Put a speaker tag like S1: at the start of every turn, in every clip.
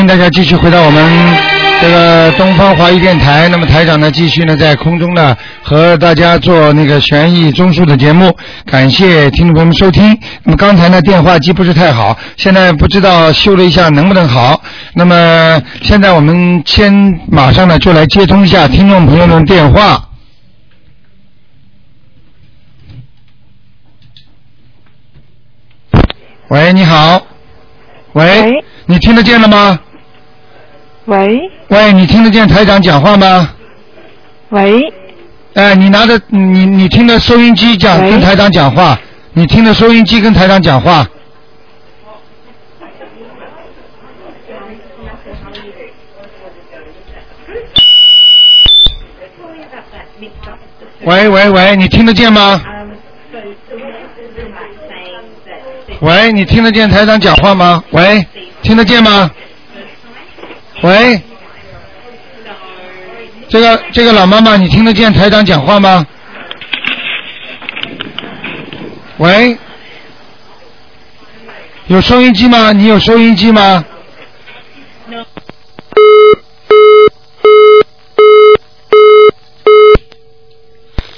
S1: 迎大家继续回到我们这个东方华语电台。那么台长呢，继续呢在空中呢和大家做那个悬疑综述的节目。感谢听众朋友们收听。那么刚才呢电话机不是太好，现在不知道修了一下能不能好。那么现在我们先马上呢就来接通一下听众朋友们电话。喂，你好。喂
S2: 喂，
S1: 你听得见了吗？
S2: 喂
S1: 喂，你听得见台长讲话吗？
S2: 喂，
S1: 哎，你拿着你你听着收音机讲
S2: 喂
S1: 跟台长讲话，你听着收音机跟台长讲话。喂喂喂，你听得见吗？喂，你听得见台长讲话吗？喂，听得见吗？喂，这个这个老妈妈，你听得见台长讲话吗？喂，有收音机吗？你有收音机吗？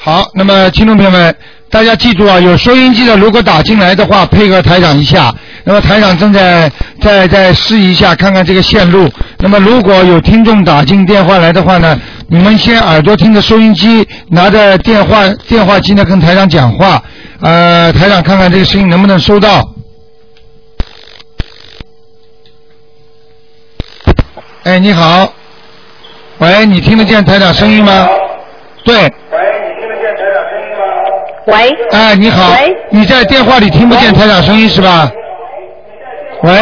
S1: 好，那么听众朋友们，大家记住啊，有收音机的如果打进来的话，配合台长一下。那么台长正在在在试一下，看看这个线路。那么如果有听众打进电话来的话呢，你们先耳朵听着收音机，拿着电话电话机呢跟台长讲话。呃，台长看看这个声音能不能收到。哎，你好，喂，你听得见台长声音吗？对，
S3: 喂，
S1: 哎，你好
S3: 喂，
S1: 你在电话里听不见台长声音是吧？喂，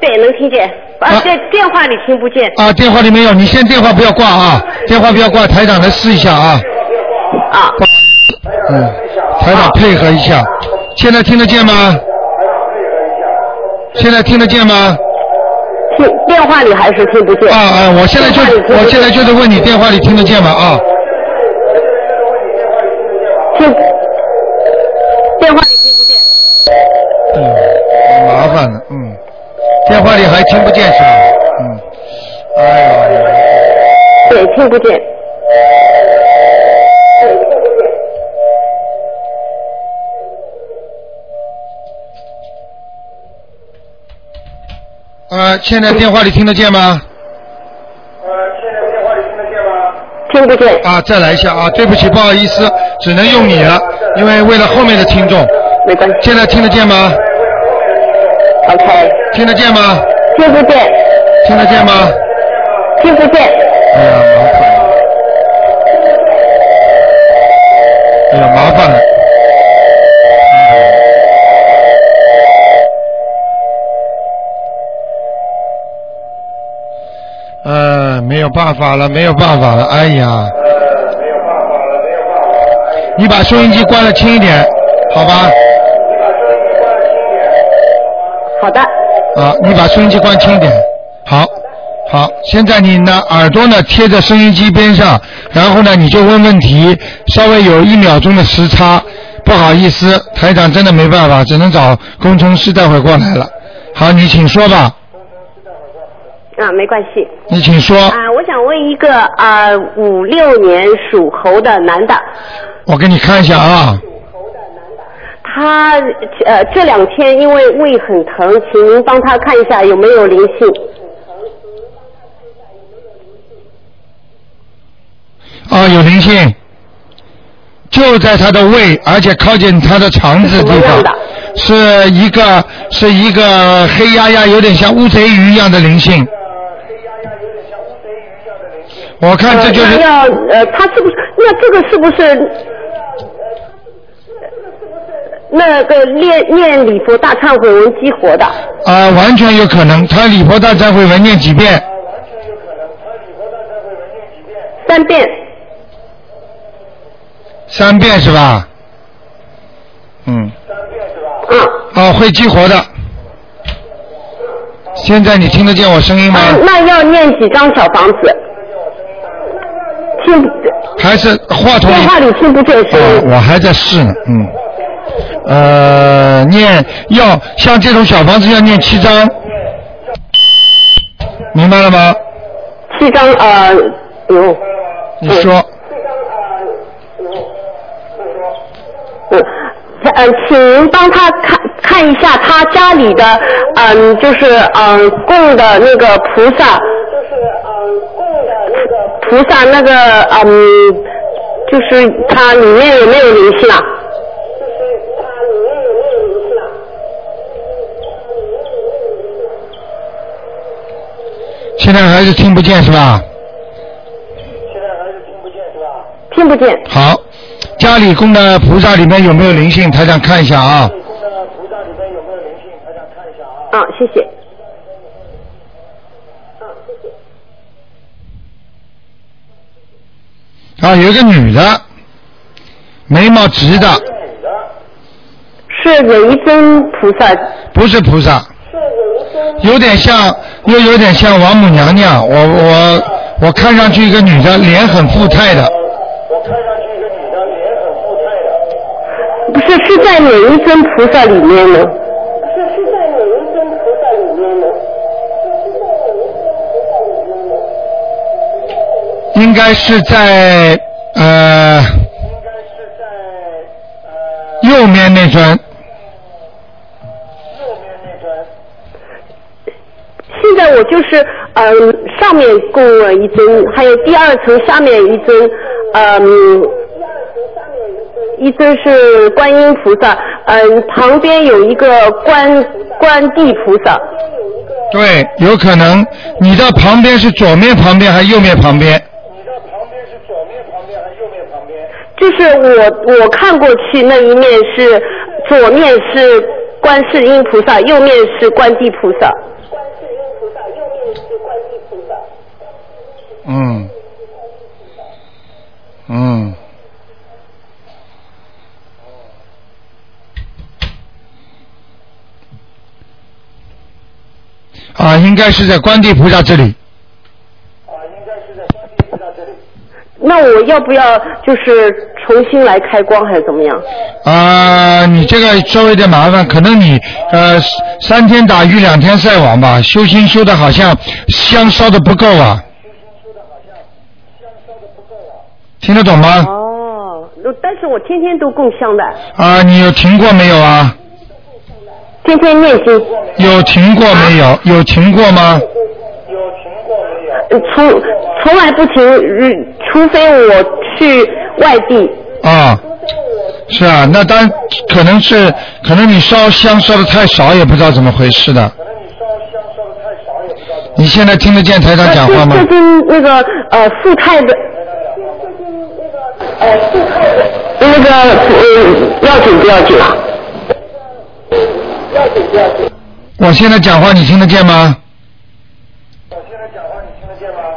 S3: 对，能听见。
S1: 啊
S3: 啊，在电话里听不见。
S1: 啊，电话里没有，你先电话不要挂啊，电话不要挂，台长来试一下啊，
S3: 啊，
S1: 嗯，台长配合一下，现在听得见吗？现在听得见吗？
S3: 听电话里还是听不见。
S1: 啊啊，我现在就我现在就是问你电话里听得见吗？啊，
S3: 听电话里听不见。
S1: 嗯，麻烦了，嗯，电话里还听不见是吧？嗯，哎呦哎呦。
S3: 对，听不见。
S1: 呃，现在电话里听得见吗？
S3: 听不见，
S1: 啊，再来一下啊！对不起，不好意思，只能用你了，因为为了后面的听众。
S3: 没关系。
S1: 现在听得见吗？
S3: OK，
S1: 听得见吗？
S3: 听不见，
S1: 听得见吗？
S3: 听不见，
S1: 哎呀，麻烦了！哎呀，麻烦了！呃，没有办法了，没有办法了，哎呀！你把收音机关了轻一点，好吧？
S3: 好的，
S1: 啊，你把收音机关轻一点。好，好，现在你呢耳朵呢贴着收音机边上，然后呢你就问问题，稍微有一秒钟的时差。不好意思，台长真的没办法，只能找工程师待会儿过来了。好，你请说吧，
S3: 啊，没关系。
S1: 你请说。
S3: 啊，我想问一个啊，五六年属猴的男的，
S1: 我给你看一下啊，
S3: 他呃这两天因为胃很疼，请您帮他看一下有没有灵性。
S1: 啊有灵性，就在他的胃，而且靠近他的肠子
S3: 什
S1: 地
S3: 么样
S1: 方
S3: 的，
S1: 是一个是一个黑压压，有点像乌贼鱼一样的灵性。我看这就是
S3: 呃、那要呃，他是不是那这个是不是？那个念念礼佛大忏悔文激活的，
S1: 啊、完全有可能。他李婆大忏悔文念几遍？
S3: 三遍，
S1: 三遍是吧？嗯。
S3: 嗯，
S1: 哦，会激活的。现在你听得见我声音吗？
S3: 啊那要念几张小房子？听不
S1: 还是话筒
S3: 电
S1: 里
S3: 话里听不见声
S1: 啊，
S3: 音，
S1: 我还在试呢，嗯，呃，念要像这种小房子要念七章，明白了吗？
S4: 七张呃，有。
S1: 你说。
S4: 嗯，呃，请您帮他看看一下他家里的，嗯，就是嗯供的那个菩萨，菩萨那个嗯，就是他里面有没有灵性啊？
S1: 现在还是听不见是吧？
S4: 听不见。
S1: 好，家里供的菩萨里面有没有灵性？台长看一下啊。
S4: 啊，谢谢。
S1: 啊，有一个女的，眉毛直的，
S4: 是有一尊菩萨，
S1: 不是菩萨，有点像，又有点像王母娘娘。我我我看上去一个女的，脸很富态的，
S4: 不是是在哪一尊菩萨里面呢？
S1: 应该是在呃，右面那尊。
S4: 现在我就是嗯，上面供了一尊，还有第二层下面一尊，嗯，一尊是观音菩萨，嗯，旁边有一个观观地菩萨，
S1: 对，有可能你的旁边是左面旁边还是右面旁边？
S4: 就是我我看过去那一面是左面是观世音菩萨，右面是观地菩萨。
S1: 嗯，嗯，啊，应该是在观地菩萨这里。
S4: 啊那我要不要就是重新来开光还是怎么样？
S1: 啊、你这个稍微有点麻烦，可能你呃三天打鱼两天晒网吧，修心修的好像香烧的不够啊。听得懂吗？
S4: 哦，那但是我天天都供香的，
S1: 啊、你有停过没有啊？
S4: 天天念经，
S1: 有停过没有？有停过吗？
S4: 呃从从来不停，呃除非我去外地。
S1: 啊，是啊，那当可能是可能你烧香烧的太少，也不知道怎么回事的。你现在听得见台长讲话 吗
S4: 那？最近那个呃富态的。呃，那个呃，要紧不要紧啊？
S1: 我现在讲话你听得见吗？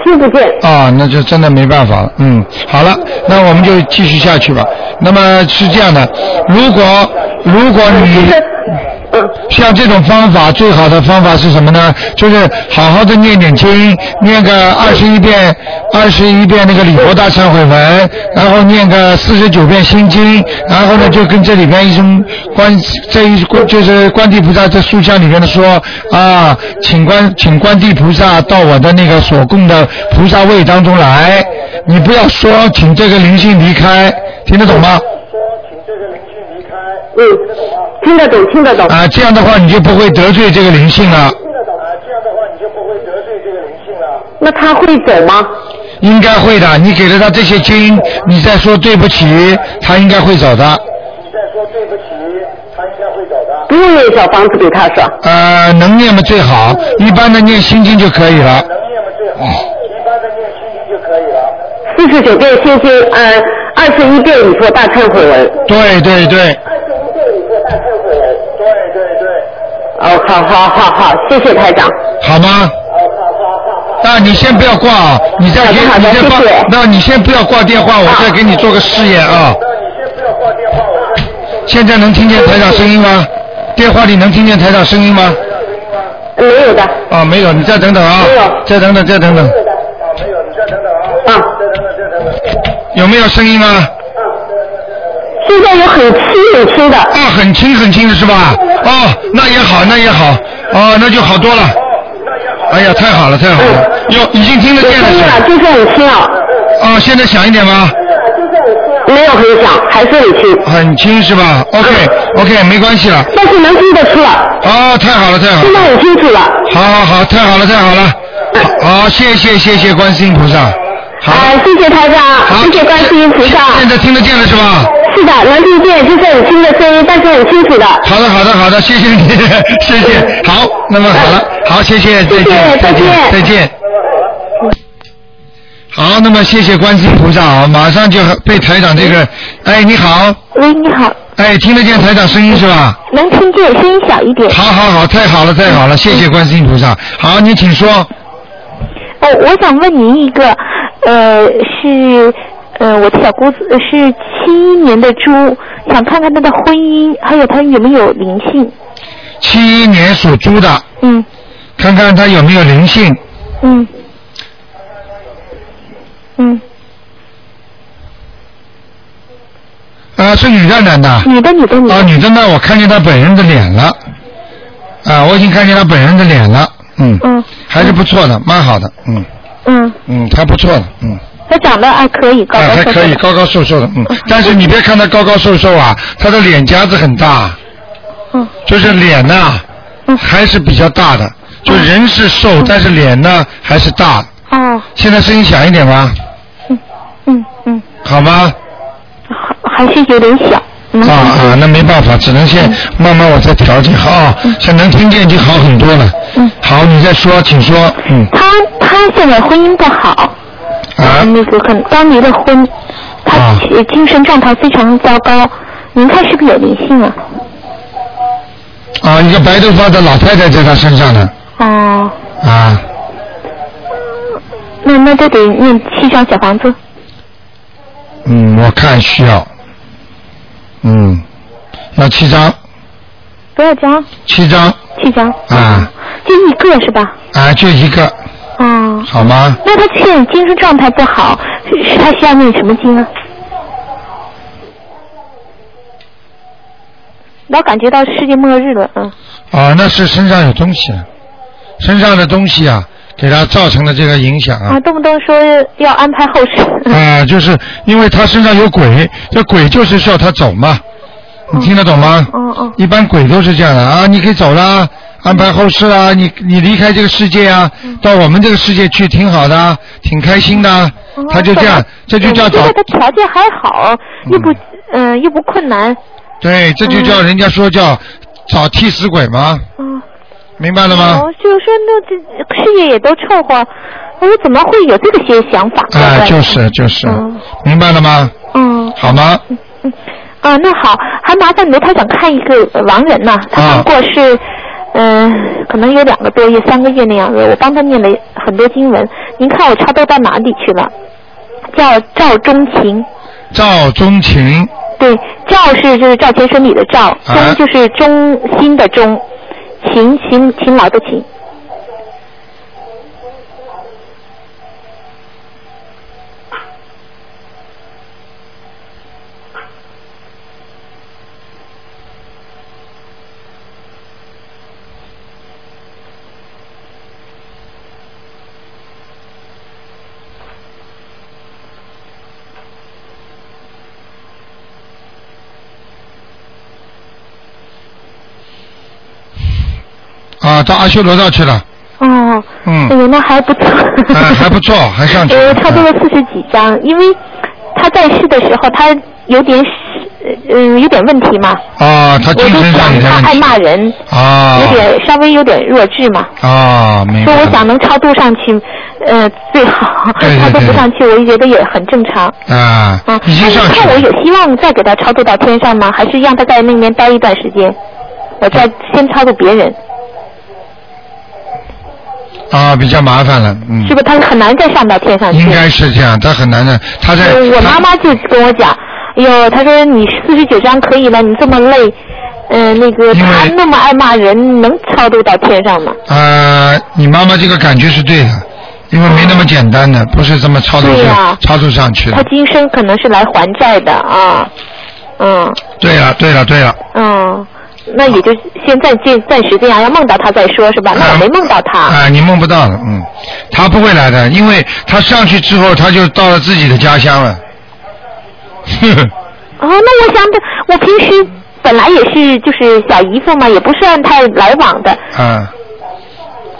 S4: 听不见。
S1: 啊，那就真的没办法了。嗯，好了，那我们就继续下去吧。那么是这样的，如果如果你像这种方法，最好的方法是什么呢？就是好好的念点经，念个二十一遍，二十一遍那个礼佛大忏悔文，然后念个四十九遍心经，然后呢就跟这里边一种观这一观就是观地菩萨在书香里面的说啊，请观请观地菩萨到我的那个所供的菩萨位当中来，你不要说请这个灵性离开，听得懂吗？
S4: 嗯，听得懂，听得懂。
S1: 啊，这样的话你就不会得罪这个灵性了。
S4: 啊那他会走吗？
S1: 应该会的，你给了他这些经，你再说对不起，他应该会走的。
S4: 不用念小房子给他是吧？
S1: 呃，能念嘛最好，一般的念心经就可以了。
S4: 四十九遍心经，呃，二十一遍礼佛大忏悔文。
S1: 对对哎对，
S4: 哦，好好好好，谢谢台长。
S1: 好吗？那你先不要挂啊，你再给，
S4: 好的好的
S1: 你再挂
S4: 谢谢，
S1: 那你先不要挂电话，我再给你做个试验啊。现在能听见台长声音吗？电话里能听见台长声音吗？
S4: 没有的，
S1: 啊，没有，你再等等啊
S4: 没有，
S1: 再等等，再等等，
S4: 啊，
S1: 有没有声音啊？
S4: 现在有很轻很轻的，
S1: 啊，很轻很轻的是吧？哦，那也好，那也好，哦，那就好多了。哎呀，太好了，太好了，哟，已经听得
S3: 我
S1: 见
S3: 听
S4: 啊
S1: 了。
S3: 了，就是你听了，
S1: 哦，现在响一点吗？
S3: 没有很响，还是你听，
S1: 很轻是吧？OK
S3: 嗯
S1: OK，没关系了。
S3: 但是能听得出了，
S1: 哦，太好了，太好
S3: 听得
S1: 了，
S3: 很清楚了。
S1: 好好好，太好了，太好了。好，谢谢谢谢观世音菩萨。好，
S3: 嗯
S4: 呃
S3: 哎，谢谢台
S1: 好
S3: 长，谢谢观世音菩萨。
S1: 现在听得见了是吧？
S3: 是的，能听见，就是很轻的声音，但是很清楚的。
S1: 好的好的好的，谢谢你， 谢谢。好，那么好了，好，谢谢，再见
S3: 嗯
S1: 再
S3: 谢
S1: 见
S3: 再见
S1: 再见。好，那么谢谢观世音菩萨啊，马上就被台长这
S3: 嗯
S1: 个，哎，你好，
S5: 喂，你好，
S1: 哎，听得见台长声音是吧？
S5: 能听见，声音小一点。
S1: 好好好，太好了太好了，谢谢观世音菩萨。好，你请说。
S5: 哦，我想问您一个，呃，是呃，我的小姑子呃是七一年的猪，想看看她的婚姻，还有她有没有灵性。
S1: 七一年属猪的，
S5: 嗯
S1: 看看他有没有灵性。
S5: 嗯嗯，
S1: 啊，是女的男的？
S5: 女的女的女
S1: 啊，
S5: 的，
S1: 女的呢？我看见她本人的脸了。啊，我已经看见她本人的脸了。嗯。
S5: 嗯
S1: 还是不错的，蛮好的。嗯
S5: 嗯，
S1: 嗯，还不错的。嗯。
S5: 她长得还可以，高
S1: 啊，
S5: 高
S1: 还
S5: 瘦瘦。
S1: 可以，高高瘦瘦的。嗯。但是你别看她高高瘦瘦啊，她的脸颊子很大，
S5: 嗯
S1: 就是脸呐、
S5: 嗯
S1: 还是比较大的。就人是瘦，但是脸呢还是大。
S5: 哦
S1: 现在声音响一点吧，
S5: 嗯嗯嗯，
S1: 好吗？
S5: 还还是有点小。嗯能
S1: 啊啊，那没办法，只能先慢慢我再调整好，啊现在能听见已经好很多了。
S5: 嗯
S1: 好，你再说，请说。嗯
S5: 她她现在婚姻不好。
S1: 啊，
S5: 那个很刚离了婚，他
S1: 啊
S5: 呃精神状态非常糟糕。您看是不是有灵性啊？
S1: 啊，一个白头发的老太太在她身上呢。
S5: 哦，
S1: 啊，
S5: 那那就得念七张小房子。
S1: 嗯，我看需要，嗯，要七张，
S5: 多少张？
S1: 七张
S5: 七张。
S1: 啊。
S5: 就一个是吧？
S1: 啊，就一个，
S5: 哦。
S1: 好吗？
S5: 那他现在精神状态不好，是是他需要念什么经啊？老感觉到世界末日了，嗯，
S1: 啊，那是身上有东西，啊，身上的东西啊，给她造成了这个影响
S5: 啊，动不动说要安排后事，
S1: 啊、就是因为他身上有鬼，这鬼就是叫他走嘛，你听得懂吗？
S5: 嗯嗯
S1: 一般鬼都是这样的啊，你可以走啦，安排后事啦，你你离开这个世界啊，
S5: 嗯
S1: 到我们这个世界去，挺好的啊，挺开心的啊。
S5: 哦
S1: 他就这样，这就叫
S5: 我觉
S1: 找
S5: 得他条件还好，又不嗯、又不困难，
S1: 对，这就叫
S5: 嗯
S1: 人家说叫找替死鬼嘛，
S5: 嗯，
S1: 明白了吗？
S5: 哦，就是说那这事业也都凑合，我说怎么会有这个些想法？
S1: 啊，
S5: 怪不得
S1: 就是就是
S5: 嗯，
S1: 明白了吗？
S5: 嗯
S1: 好吗？
S5: 嗯啊，那好，还麻烦刘台长看一个呃亡人呐，他
S1: 啊
S5: 刚过世，嗯、可能有两个多月、三个月那样子，我帮他念了很多经文，您看我抄都到哪里去了？叫赵钟情，
S1: 赵钟情，
S5: 对，赵是就是赵钱孙李的赵，钟
S1: 啊
S5: 就是中心的钟，勤勤勤劳的勤。
S1: 啊，到阿修罗道去了，
S5: 哦，
S1: 嗯
S5: 哎呦，那还不错，
S1: 嗯，还不 错，还上去了。
S5: 呃，差不多
S1: 嗯
S5: 四十几张，因为他在世的时候，他有点是，嗯，有点问题嘛，
S1: 啊，他
S5: 我
S1: 精
S5: 就
S1: 神上
S5: 想
S1: 有点
S5: 他
S1: 问
S5: 爱
S1: 题。
S5: 骂人，
S1: 啊。
S5: 有点稍微有点弱智嘛，
S1: 啊，明
S5: 所
S1: 白
S5: 以
S1: 了。
S5: 我想能超度上去，呃，最好，
S1: 对对
S5: 超度
S1: 对
S5: 不上去，我也觉得也很正常。
S1: 啊
S5: 啊，，
S1: 已经
S5: 哎
S1: 上
S5: 你
S1: 去
S5: 看我
S1: 了。
S5: 有希望再给他超度到天上吗？还是让他在那边待一段时间，我再先超度别人，
S1: 啊，比较麻烦了，嗯
S5: 是。不是他很难再上到天上去？
S1: 应该是这样，他很难的，他在。
S5: 呃我
S1: 他
S5: 妈妈就跟我讲，哎呦，她说你四十九张可以了，你这么累，嗯、那个
S1: 因为
S5: 她那么爱骂人，能超度到天上吗？
S1: 呃，你妈妈这个感觉是对的，因为没那么简单的，不是这么操作
S5: 对
S1: 上
S5: 呀
S1: 操作上去
S5: 她
S1: 的。
S5: 今生可能是来还债的啊，嗯
S1: 对了，对了，对了，
S5: 嗯，那也就先暂暂暂时这样，要梦到他再说是吧？那我没梦到他。
S1: 啊，你梦不到了，嗯，他不会来的，因为他上去之后，他就到了自己的家乡了。 哼哼
S5: 哦，那我想的，我平时本来也是就是小姨夫嘛，也不是按太来往的。
S1: 啊，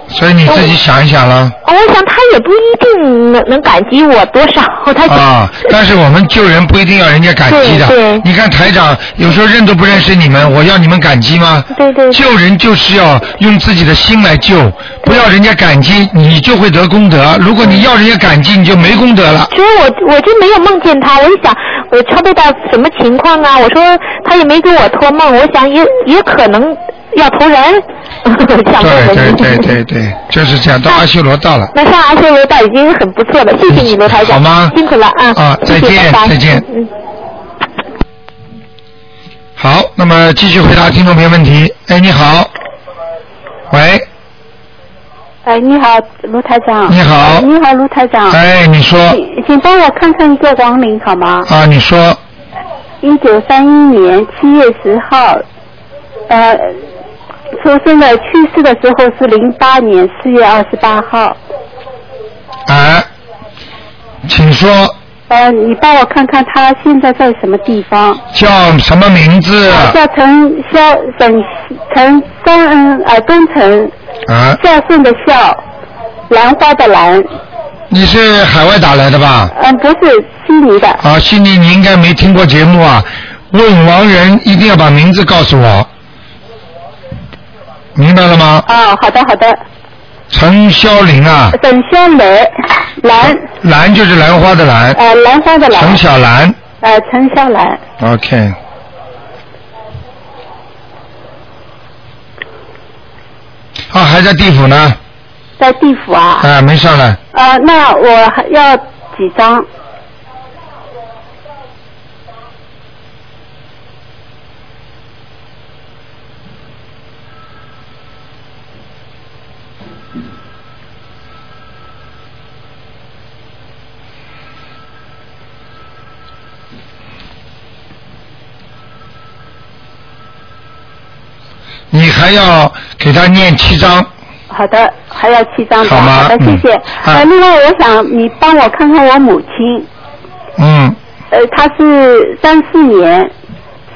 S1: 所以你自己想一想了。
S5: 哦，我想他也不一定能能感激我多少， 他就
S1: 啊，但是我们救人不一定要人家感激
S5: 对
S1: 的
S5: 对。
S1: 你看台长有时候认都不认识你们，我要你们感激吗？
S5: 对对
S1: 救人就是要用自己的心来救，不要人家感激，你就会得功德。如果你要人家感激，你就没功德了。
S5: 所以我我就没有梦见他，我就想我超度到什么情况啊？我说他也没给我托梦，我想也也可能要投人， 想
S1: 对对
S5: 问问
S1: 对
S5: 您。
S1: 对对，就是这样。到
S5: 那
S1: 阿修罗道了，
S5: 那上阿修罗道已经很不错了，谢谢你罗台长，
S1: 嗯好吗
S5: 辛苦了啊！
S1: 啊
S5: 谢谢
S1: 再见
S5: 拜拜
S1: 再见
S5: 嗯。
S1: 好，那么继续回答听众朋友问题。哎，你好，喂，
S6: 哎，你好，卢台长。
S1: 你好
S6: 你好，卢台长。
S1: 哎，你说
S6: 请请帮我看看一个亡灵好吗？
S1: 啊，你说
S6: 一九三一年七月十号，呃，出生的去世的时候是零八年四月二十八号。
S1: 啊，请说
S6: 呃，你帮我看看他现在在什么地方？
S1: 叫什么名字？
S6: 叫陈萧沈陈三嗯呃东城
S1: 啊，
S6: 孝顺的孝，兰花的兰，
S1: 你是海外打来的吧？
S6: 嗯，不是悉尼的。
S1: 啊，悉尼，你应该没听过节目啊。问亡人一定要把名字告诉我，明白了吗？
S6: 哦，好的好的，
S1: 陈霄林啊，
S6: 沈萧兰兰。
S1: 兰就是兰花的兰，
S6: 呃，兰花的兰，
S1: 陈小兰。
S6: 呃，陈小兰，
S1: OK。啊，还在地府呢，
S6: 在地府啊。
S1: 啊，没上来，
S6: 呃，那我还要几张？
S1: 你还要给他念七章，
S6: 好的，还要七张吧。
S1: 好吗
S6: 的，谢谢。
S1: 嗯啊
S6: 呃，另外我想你帮我看看我母亲，
S1: 嗯，
S6: 呃，她是三四年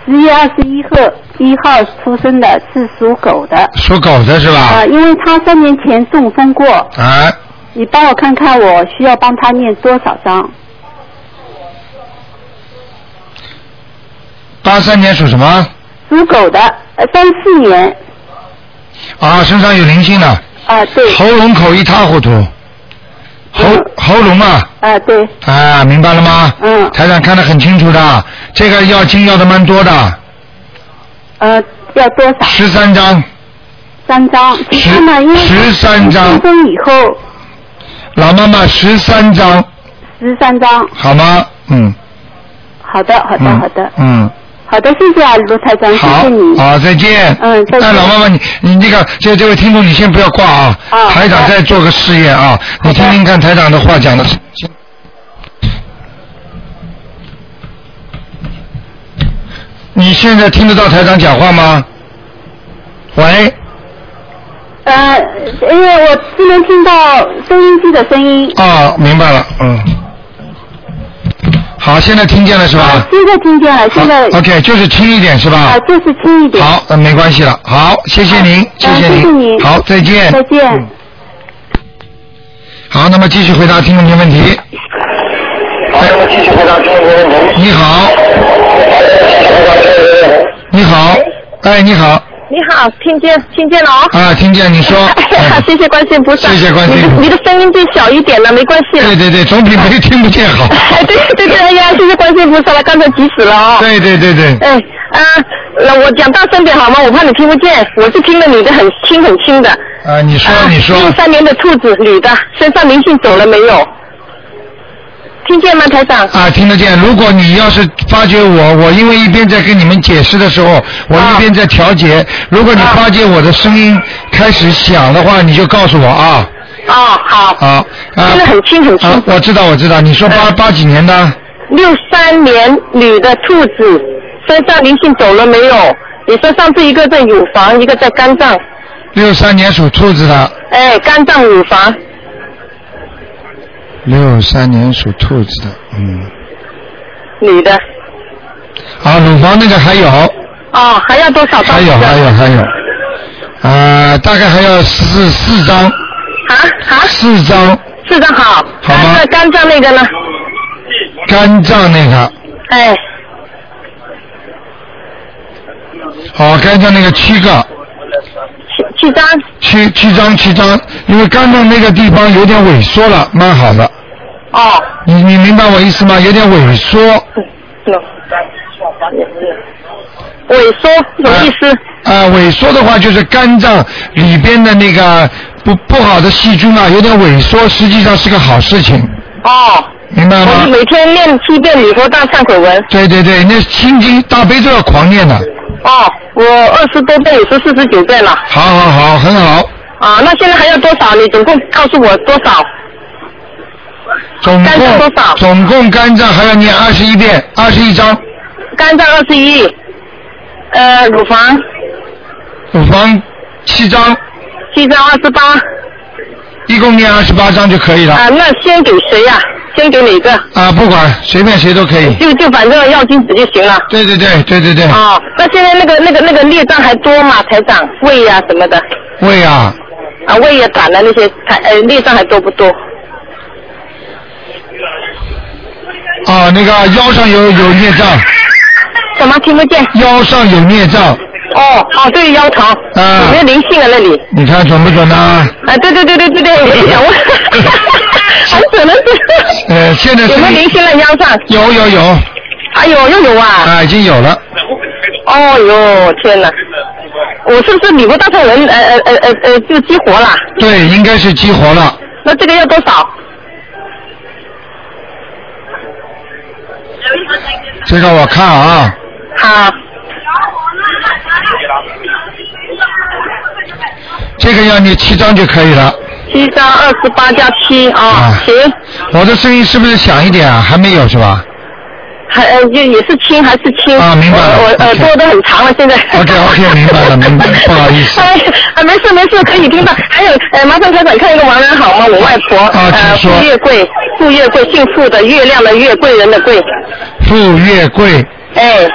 S6: 十月二十一号一号出生的，是属狗的。
S1: 属狗的是
S6: 啊、
S1: 吧？
S6: 因为她三年前中风过，
S1: 啊，
S6: 你帮我看看我需要帮她念多少张？
S1: 八三年属什么？
S6: 属狗的，呃，三四年，
S1: 啊，身上有灵性了，
S6: 啊、对，
S1: 喉咙口一塌糊涂，喉
S6: 嗯
S1: 喉咙啊，
S6: 啊，对，
S1: 啊，明白了吗？
S6: 嗯，
S1: 台长看得很清楚的，这个要经要的蛮多的，
S6: 呃，要多少？
S1: 十三章，
S6: 三张，
S1: 十
S6: 其他呢，因为
S1: 13张
S6: 出生以后
S1: 老妈妈十三章，
S6: 十三张，
S1: 好吗？嗯，
S6: 好的，好的，
S1: 嗯
S6: 好的，
S1: 嗯，
S6: 好的，谢谢啊，卢台长，谢
S1: 好
S6: 谢你，，
S1: 好，再见。
S6: 嗯再见
S1: 哎，老妈妈，你你那个这这位听众，你先不要挂啊，
S6: 啊
S1: 台长
S6: 好
S1: 再做个试验啊，你听听看台长的话讲的是。你现在听得到台长讲话吗？喂，
S6: 呃，因为我只能听到收音机的声音，
S1: 哦，明白了，嗯。好，现在听见了是吧？
S6: 现在听见了，
S1: 啊好
S6: 啊现在
S1: OK，就是轻一点是吧？
S6: 啊，就是轻一点，
S1: 好，呃没关系了。好，谢谢您，
S6: 好嗯
S1: 谢
S6: 谢谢
S1: 您。
S6: 您
S1: 好，再见。
S6: 再见。
S1: 嗯好，那么继续回答听众朋友问题。好，那么继续回答听众朋友问题。你好。你好，哎，你好，
S4: 你好，听见听见了哦。
S1: 啊，听见你说。哎
S4: 谢谢观世音菩萨。
S1: 谢谢观世音菩萨
S4: 你的你的声音就小一点了，没关系了
S1: 对。对对，总比没听不见 好。
S4: 哎，对对对，哎呀，谢谢观世音菩萨了，刚才急死了哦。
S1: 对对对对，
S4: 哎，啊，那我讲大声点好吗？我怕你听不见，我是听了你的很轻很轻的。
S1: 啊，你说
S4: 啊
S1: 你说，
S4: 六三年的兔子，女的，身上灵性走了没有？听见吗，台长？
S1: 啊，听得见。如果你要是发觉我，我因为一边在跟你们解释的时候，我
S4: 啊
S1: 一边在调节。如果你
S4: 啊
S1: 发觉我的声音开始响的话，你就告诉我啊。
S4: 哦，好，
S1: 好啊。
S4: 听得很轻很轻
S1: 啊，我知道，我知道。你说八
S4: 嗯
S1: 八几年的？
S4: 六三年女的兔子，身上灵性走了没有？你说上次一个在乳房，一个在肝脏，
S1: 六三年属兔子的，
S4: 哎，肝脏乳房，
S1: 六三年属兔子的，嗯，
S4: 女的。
S1: 啊，乳房那个还有，
S4: 哦，还要多少张？
S1: 还有，还有，还有，啊，大概还要四四张，
S4: 啊啊，
S1: 四张
S4: 四张好。
S1: 好吗
S4: 那肝脏那个呢？
S1: 肝脏那个，
S4: 哎，
S1: 好，哦肝脏那个七个，
S4: 七七张。
S1: 七七张七张，因为肝脏那个地方有点萎缩了，蛮好的，
S4: 哦，
S1: 你你明白我意思吗？有点萎缩，
S4: no。萎缩什么意思？
S1: 啊，萎缩的话就是肝脏里边的那个不不好的细菌啊，有点萎缩，实际上是个好事情，
S4: 哦，
S1: 明白
S4: 我
S1: 吗
S4: 是？每天念七遍礼佛大忏悔文。
S1: 对对对，那心经大悲咒要狂念的，啊
S4: 哦，我二十多遍，也是四十九遍了。
S1: 好好好，很好。
S4: 啊，那现在还要多少？你总共告诉我多少？
S1: 总
S4: 肝脏多少
S1: 共总共肝脏还要念二十一遍，二十一章，
S4: 肝脏二十一，呃，乳房
S1: 乳房七章，
S4: 七张二十八。
S1: 一共念二十八章就可以了。
S4: 啊，那先给谁呀、先给哪个？
S1: 啊，不管随便谁都可以。
S4: 就就反正要金子就行了。
S1: 对对对对对对，
S4: 哦，那现在那个那个那个孽障还多吗？台长，胃呀、什么的，
S1: 胃啊，
S4: 啊胃也感了那些台呃孽障还多不多？
S1: 啊那个腰上有有孽障，
S4: 什么听不见？
S1: 腰上有孽障，
S4: 哦哦，对腰疼，
S1: 啊
S4: 有没有灵性啊那里？
S1: 你看准不准呢、
S4: 啊对对对对对对，我就 想问，很准的是。
S1: 呃，现在
S4: 有没有灵
S1: 是
S4: 性在腰上？
S1: 有有有
S4: 啊哎呦，又有啊！
S1: 啊，已经有了。啊
S4: 哦呦，天哪！我是不是礼物大圣人？呃呃呃呃呃，就激活了？
S1: 对，应该是激活了。
S4: 那这个要多少？
S1: 这个我看啊，
S4: 好，
S1: 这个要你七张就可以了。
S4: 七张二十八加七啊，
S1: 啊
S4: 行，
S1: 我的声音是不是响一点啊？还没有是吧？
S4: 还呃也也是轻还是轻
S1: 啊明白了
S4: 我我
S1: OK
S4: 耳朵都很长了，现在。
S1: OK，OK，明白了明白了不好意思
S4: 哎啊，没事没事，可以听到。还有呃，麻烦台长看一个王人好吗？我外婆
S1: 啊
S4: 呃，
S1: 请
S4: 傅
S1: 说
S4: 月桂，傅月桂，姓傅的，月亮的月，贵人的贵，
S1: 傅月桂，
S4: 哎。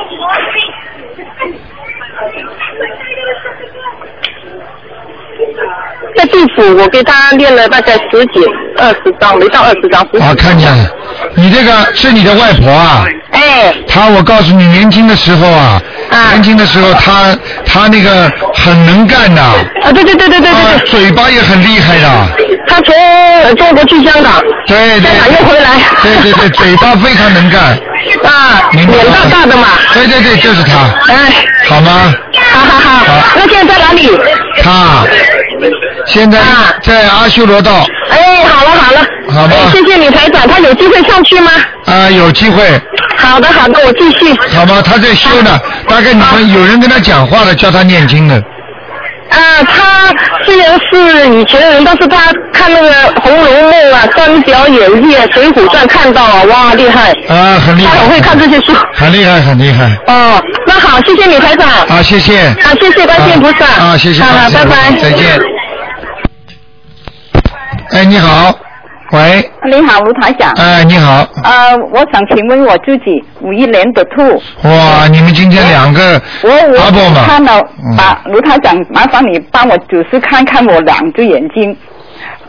S4: 在地府，我给他练了大概十几、二十张，没到二十张。十几
S1: 啊，看见了，你这个是你的外婆啊？
S4: 哎，
S1: 她，我告诉你，年轻的时候啊，
S4: 啊
S1: 年轻的时候她她那个很能干的，
S4: 啊，对对对对对
S1: 啊
S4: 对，
S1: 嘴巴也很厉害的，
S4: 对，他从呃中国去香港，
S1: 对
S4: 香港
S1: 对，
S4: 又回来，
S1: 对对对，嘴巴非常能干，
S4: 啊，
S1: 明白
S4: 脸
S1: 吗
S4: 大大的嘛，
S1: 对对对，就是她，
S4: 哎，
S1: 好吗？
S4: 好好好
S1: 好，
S4: 那现在在哪里？
S1: 她现在
S4: 啊
S1: 在阿修罗道
S4: 哎，好了好了，
S1: 好吧
S4: 哎谢谢你台长，他有机会上去吗？
S1: 啊，有机会，
S4: 好的好的，我继续，
S1: 好吗？她在修呢，大概你们有人跟她讲话了，叫她念经的。
S4: 啊，他虽然是以前的人，但是他看那个《红楼梦》啊，《三角演义》啊，《水浒传》看到了，哇，厉害，
S1: 啊，很厉
S4: 他
S1: 害。
S4: 很会看这些书。
S1: 很厉害，很厉害。
S4: 哦，那好，谢谢你台长。
S1: 啊，谢谢。
S4: 好，谢谢观世音菩萨。
S1: 啊，啊谢谢。
S4: 好
S1: 观
S4: 了，
S1: 世音
S4: 拜
S1: 菩萨
S4: 拜。
S1: 再见。。哎，你好，喂，
S6: 你好，吴台长。
S1: 哎，你好，
S6: 呃，我想请问我自己五一年的兔，
S1: 哇，你们今
S6: 嗯
S1: 天两个
S6: 我
S1: 阿伯
S6: 我看
S1: 嘛，
S6: 了
S1: 嗯，
S6: 把卢台长，麻烦你帮我仔细看看我两只眼睛。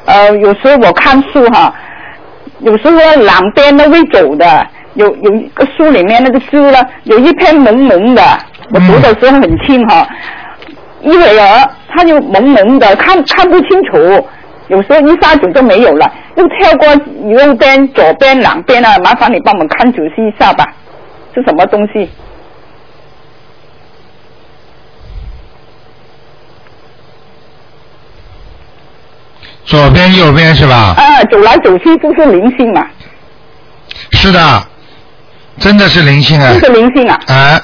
S6: 呃，有时候我看书哈，有时候两边都会走的，有有一个书里面那个书呢，有一篇蒙蒙的，
S1: 嗯
S6: 我读的时候很轻哈，一会儿它就蒙蒙的，看看不清楚。有时候一下子就没有了，又跳过右边、左边、两边啊，麻烦你帮我们看仔细一下吧，是什么东西？
S1: 左边右边是吧？
S6: 啊，走来走去就是灵性嘛，
S1: 是的，真的是灵性啊
S6: 就，是灵性啊，
S1: 哎，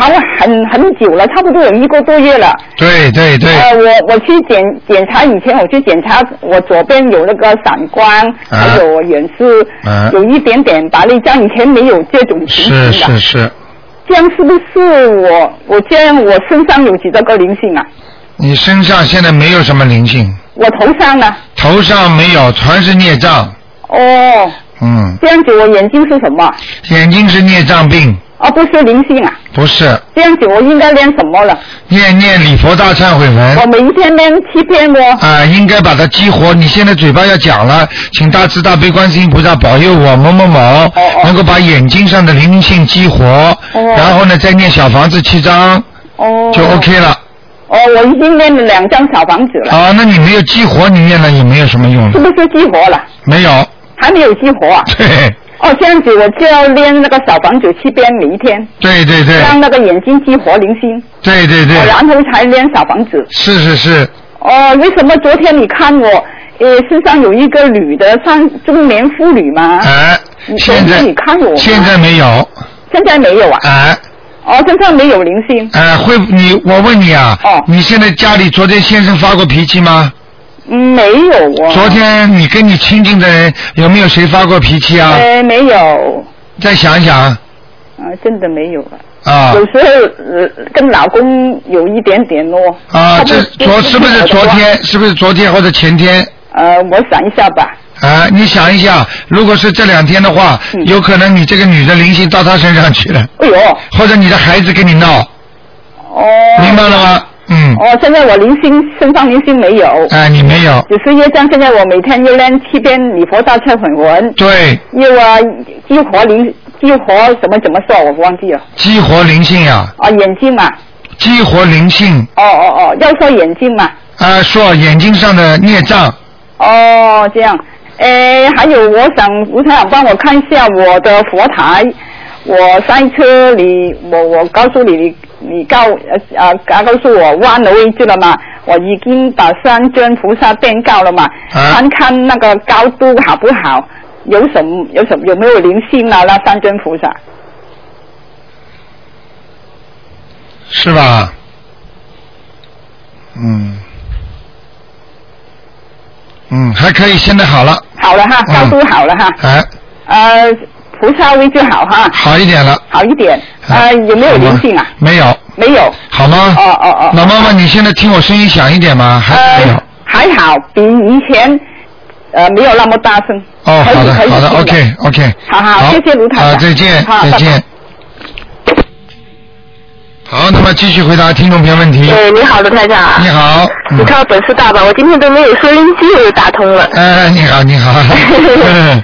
S6: 好很很久了，差不多有一个多月了。
S1: 对对对，
S6: 呃，我我去检检查以前，我去检查我左边有那个散光，还有远视，
S1: 啊
S6: 有一点点白内障，以前没有这种情形
S1: 是
S6: 的。
S1: 是是，
S6: 这样是不是我我这样我身上有几多个灵性啊？
S1: 你身上现在没有什么灵性，
S6: 我头上啊呢？
S1: 头上没有，全是孽障。
S6: 哦，
S1: 嗯，
S6: 这样子我眼睛是什么？
S1: 眼睛是孽障病，
S6: 哦，不是灵性啊。
S1: 不是
S6: 这样子我应该练什么了？
S1: 念念礼佛大忏悔文。
S6: 我每一天练七遍哦。
S1: 啊、应该把它激活。你现在嘴巴要讲了，请大慈大悲观世音菩萨保佑我某某某、
S6: 哦
S1: 能够把眼睛上的灵性激活，然后呢再念小房子七张
S6: 哦。
S1: 就 OK 了。
S6: 哦，我已经练了两张小房子了，
S1: 啊，那你没有激活，你念了也没有什么用
S6: 是
S1: 的，
S6: 不是激活了？
S1: 没有。
S6: 还没有激活啊？
S1: 对
S6: 哦，这样子我就要练那个小房子七遍，每一天
S1: 对对对
S6: 让那个眼睛激活灵性，
S1: 对对
S6: 哦
S1: 对，
S6: 然后才练小房子。
S1: 是是是，
S6: 哦，为什么昨天你看我，呃，身上有一个女的上中年妇女嘛？
S1: 哎、
S6: 啊你
S1: 现在
S6: 你看我吗
S1: 现在没有，
S6: 现在没有啊？
S1: 哎
S6: 哦，身上没有灵性。
S1: 哎，会你我问你啊，
S6: 哦
S1: 你现在家里昨天先生发过脾气吗？
S6: 嗯，没有哦。
S1: 昨天你跟你亲近的人有没有谁发过脾气啊？
S6: 呃，没有，
S1: 再想想
S6: 啊，真的没有啊。
S1: 啊
S6: 有时候、呃、跟老公有一点点咯。
S1: 啊，
S6: 他
S1: 这昨是不是昨？天？是不是昨天或者前天？
S6: 呃，我想一下吧。
S1: 啊，你想一下，如果是这两天的话，
S6: 嗯
S1: 有可能你这个女的灵性到她身上去了，
S6: 哎呦，
S1: 或者你的孩子跟你闹，
S6: 哦。
S1: 明白了吗？嗯，
S6: 哦，现在我灵性身上灵性没有，
S1: 哎，你没有，
S6: 只是业障。现在我每天要练七遍礼佛大忏悔文，
S1: 对，
S6: 又啊激活灵激活什么怎么说我忘记了。
S1: 激活灵性呀、
S6: 哦，眼睛嘛，
S1: 激活灵性，
S6: 哦哦哦，要说眼睛嘛，
S1: 啊，说眼睛上的孽障，
S6: 哦这样。诶，还有我想吴台长帮我看一下我的佛台，我塞车你我我告诉你你你告呃啊告诉我弯的位置了嘛，我已经把三尊菩萨垫高了嘛，
S1: 啊
S6: 看看那个高度好不好，有什么有什么有没有灵性啊那三尊菩萨。
S1: 是吧？嗯，嗯，还可以，现在好了，
S6: 好了哈，
S1: 嗯
S6: 高度好了哈，
S1: 哎，
S6: 呃，菩萨位置好哈，
S1: 好一点了。
S6: 好一点。
S1: 哎
S6: 呃，有没有灵性啊
S1: 好吗？没有，
S6: 没有。
S1: 好吗？
S6: 哦哦哦
S1: 老妈妈，你现在听我声音响一点吗？还没有
S6: 呃。，还好，比以前呃没有那么大声。
S1: 哦，
S6: 可以
S1: 好的，
S6: 可以
S1: 好的
S6: 听
S1: ，OK OK。
S6: 好好谢谢卢台长
S1: 好，啊再见，
S6: 好
S1: 再见。好，那么继续回答听众朋友问题。
S4: 哎，你好，卢台长啊。
S1: 你好，
S4: 你
S1: 嗯，
S4: 看本事大吧？我今天都没有收音机，我就打通了。
S1: 哎，你好， 你好，嗯，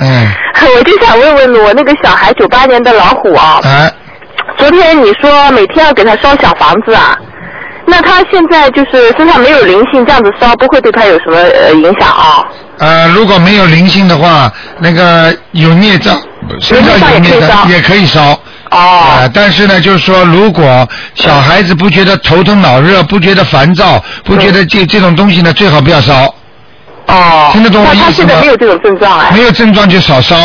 S1: 嗯，
S4: 我就想问问我那个小孩九八年的老虎啊，
S1: 哎，
S4: 昨天你说每天要给他烧小房子啊，那他现在就是身上没有灵性，这样子烧不会对他有什么呃影响啊？
S1: 呃，如果没有灵性的话，那个有孽障，身上有孽障也可以烧。啊、
S4: 哦，
S1: 但是呢，就是说，如果小孩子不觉得头疼脑热，不觉得烦躁，不觉
S4: 嗯
S1: 得这这种东西呢，最好不要烧，
S4: 哦，
S1: 啊听得懂我
S4: 那
S1: 意
S4: 他
S1: 思
S4: 现在
S1: 吗
S4: 没有这种症状哎
S1: 没。有症状就少烧。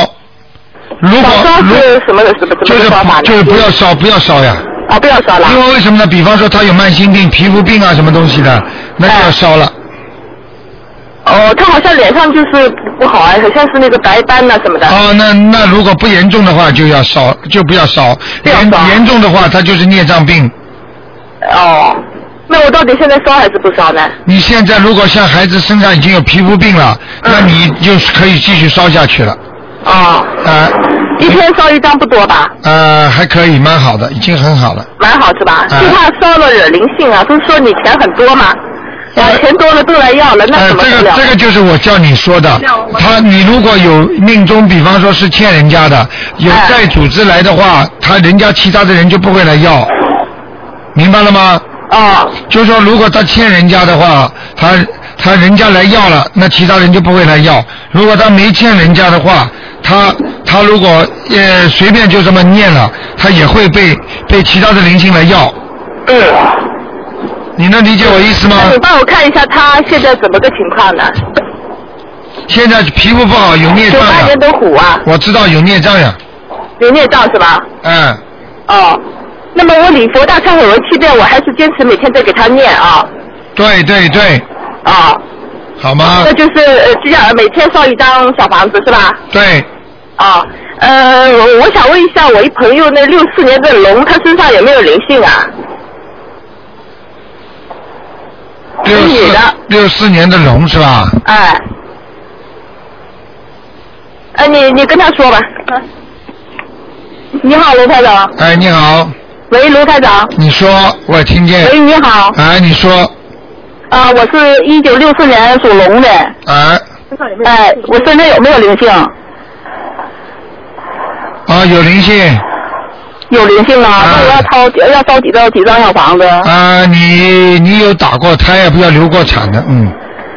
S1: 如
S4: 少
S1: 果
S4: 烧
S1: 如
S4: 是什么的什么
S1: 就
S4: 什
S1: 是
S4: 么方法呢？
S1: 就是不要烧，不要烧呀。
S4: 啊，不要烧了
S1: 因。为为什么呢？比方说他有慢性病、皮肤病啊，什么东西的，那就要烧
S4: 嗯
S1: 了。
S4: 哦，他好像脸上就是不好哎，好像是那个白斑呐、什么的。
S1: 哦，那那如果不严重的话，就要烧，就不要烧。
S4: 不要
S1: 严
S4: 烧
S1: 严重的话，他就是孽障病。
S4: 哦，那我到底现在烧还是不烧呢？
S1: 你现在如果像孩子身上已经有皮肤病了，
S4: 嗯
S1: 那你就可以继续烧下去了。
S4: 哦，
S1: 啊、
S4: 一天烧一张不多吧？
S1: 呃，还可以，蛮好的，已经很好了。
S4: 蛮好是吧？
S1: 嗯
S4: 就怕烧了惹灵性啊，都说你钱很多嘛，啊，钱多了都来要了，那
S1: 呃，
S4: 怎么
S1: 嗯这
S4: 得
S1: 个
S4: 了？
S1: 这个就是我叫你说的，他你如果有命中，比方说是欠人家的，有
S4: 哎
S1: 债主之来的话，他人家其他的人就不会来要，明白了吗？
S4: 哦
S1: 就是说，如果他欠人家的话，他他人家来要了，那其他人就不会来要；如果他没欠人家的话，他他如果呃随便就这么念了，他也会被被其他的灵性来要。
S4: 嗯，
S1: 你能理解我意思吗？
S4: 那你帮我看一下他现在怎么个情况呢？
S1: 现在皮肤不好，有孽
S4: 九
S1: 障
S4: 八
S1: 呀
S4: 年。的虎啊，
S1: 我知道有孽障呀，
S4: 有孽障是吧？
S1: 嗯，
S4: 哦，那么我礼佛大忏悔文七遍，我还是坚持每天在给他念啊
S1: 对对对，
S4: 啊，
S1: 好吗
S4: 那？就是呃，这样每天烧一张小房子是吧？
S1: 对，
S4: 啊，呃，呃，我我想问一下，我一朋友那六四年的龙，他身上有没有灵性啊？
S1: 六
S4: 是女
S1: 四
S4: 的
S1: 六四年的龙是吧？
S4: 哎，哎，你你跟他说吧。你好，卢台长。
S1: 哎，你好，
S4: 喂，卢台长。
S1: 你说，我听见。
S4: 喂，你好。
S1: 哎，你说，
S4: 啊、我是一九六四年属龙的。
S1: 哎，
S4: 哎，我身上有没有灵性？
S1: 啊，有灵性，
S4: 有灵性啊，那我要掏要烧几张几张小房子？
S1: 啊，你你有打过胎，也不要流过产的，嗯，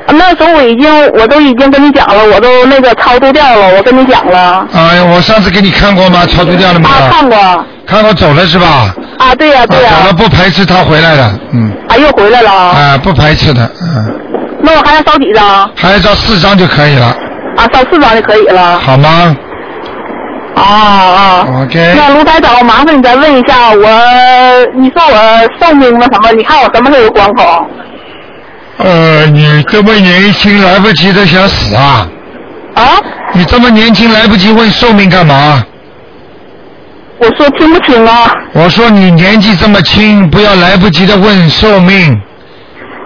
S4: 啊那时候我已经我都已经跟你讲了，我都那个超度掉了，我跟你讲了。
S1: 啊，我上次给你看过吗？超度掉了没
S4: 啊，
S1: 有？
S4: 看过
S1: 看过走了是吧？
S4: 啊，对呀、
S1: 啊，
S4: 对呀、
S1: 走了
S4: 啊，
S1: 不排斥他回来的，嗯，
S4: 又回来了。
S1: 啊，不排斥的，嗯，
S4: 那我还要烧几张？
S1: 还要照四张就可以了，
S4: 啊，烧四张就可以了。
S1: 好吗
S4: 啊啊。
S1: ？OK，
S4: 那卢台长，麻烦你再问一下我，你说我寿命那什么？你看我什么时候有关口？
S1: 呃，你这么年轻来不及的想死啊？
S4: 啊？
S1: 你这么年轻来不及问寿命干嘛？
S4: 我说听不清啊，
S1: 我说你年纪这么轻，不要来不及的问寿命。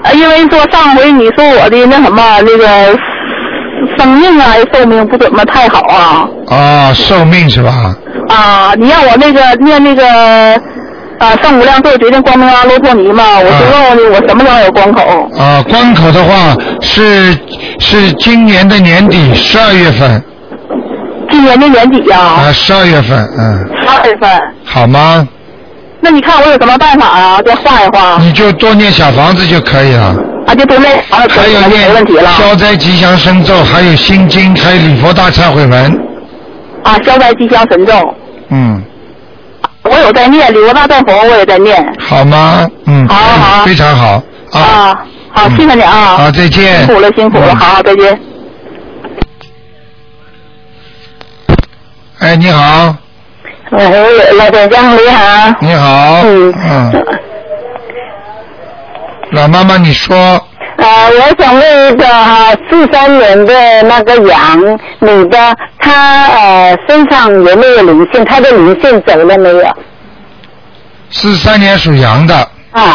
S4: 呃因为说上回你说我的那什么那个生命啊寿命不怎么太好啊
S1: 哦，寿命是吧？
S4: 啊！你让我那个念那个啊圣无量寿决定光明啊阿罗陀尼嘛，我就问问你我什么时候有关口？
S1: 啊、关口的话是是今年的年底十二月份
S4: 今年的年底呀、
S1: 啊，十、2二月份，嗯，
S4: 二月份。
S1: 好吗？
S4: 那你看我有什么办法啊？再画一画
S1: 你就多念小房子就可以了，
S4: 啊，就多练完了，
S1: 嗯还有
S4: 没问
S1: 念
S4: 题了
S1: 消灾吉祥神咒，还有心经，还有礼佛大忏悔文，
S4: 啊！消灾吉祥神咒，
S1: 嗯，
S4: 我有在念，礼佛大忏佛我也在念
S1: 好吗？嗯，
S4: 好啊好啊
S1: 非常好啊，嗯
S4: 啊。好，谢谢你啊。
S1: 好，再见。
S4: 辛苦了，辛苦了，
S1: 嗯
S4: 好，再见。
S1: 哎，你好，
S4: 喂，嗯老先生你好。
S1: 你好，哦
S4: 嗯
S1: 嗯，老妈妈，你说，
S4: 呃，我想问一个哈，四三年的那个羊女的，她呃身上有没有灵性？她的灵性走了没有？
S1: 四三年属羊的，
S4: 啊，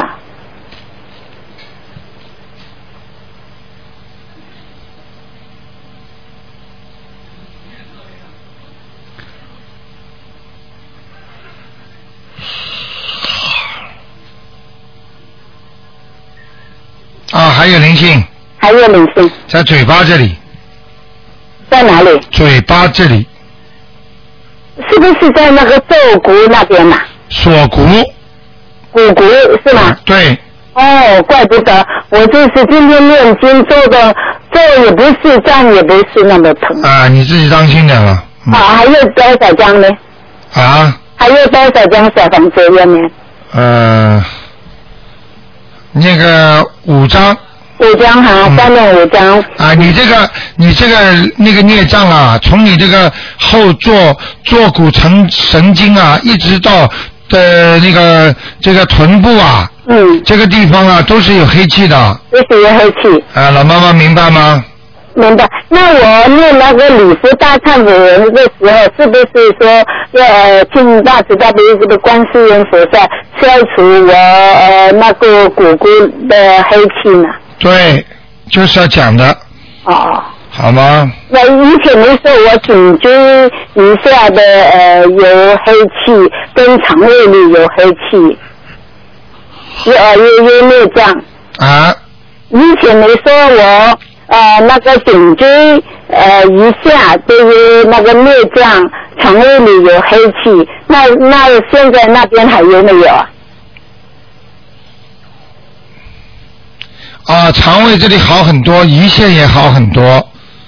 S1: 啊，还有灵性
S4: 还有灵性
S1: 在嘴巴这里，
S4: 在哪里？
S1: 嘴巴这里
S4: 是不是在那个坐骨那边呐、
S1: 锁骨，
S4: 骨骨是吗？
S1: 对，
S4: 哦，怪不得我就是今天念经做的，做也不是，站也不是那么疼。
S1: 啊，你自己当心点了，嗯
S4: 啊，还有多少张呢？
S1: 啊，
S4: 还有多少张小房子要呢？
S1: 呃，那个五张
S4: 五张哈、
S1: 嗯
S4: 下面五张。
S1: 啊，你这个你这个那个孽障啊，从你这个后坐坐骨神神经啊，一直到呃那个这个臀部啊，
S4: 嗯，
S1: 这个地方啊，都是有黑气的啊，
S4: 这是黑气，
S1: 老妈妈明白吗？
S4: 明白？那我念那个礼佛大忏悔文的时候，是不是说要呃敬大慈大悲这个观世音菩萨，消除我呃那个骨骨的黑气呢？
S1: 对，就是要讲的，
S4: 哦，
S1: 好吗？
S4: 那以前的时候我颈椎以下的呃有黑气，跟肠胃里有黑气，有呃有有内脏。
S1: 啊，
S4: 以前你说我呃那个颈椎呃以下都有那个内脏，肠胃里有黑气，那那现在那边还有没有啊？
S1: 啊，肠胃这里好很多，胰腺也好很多，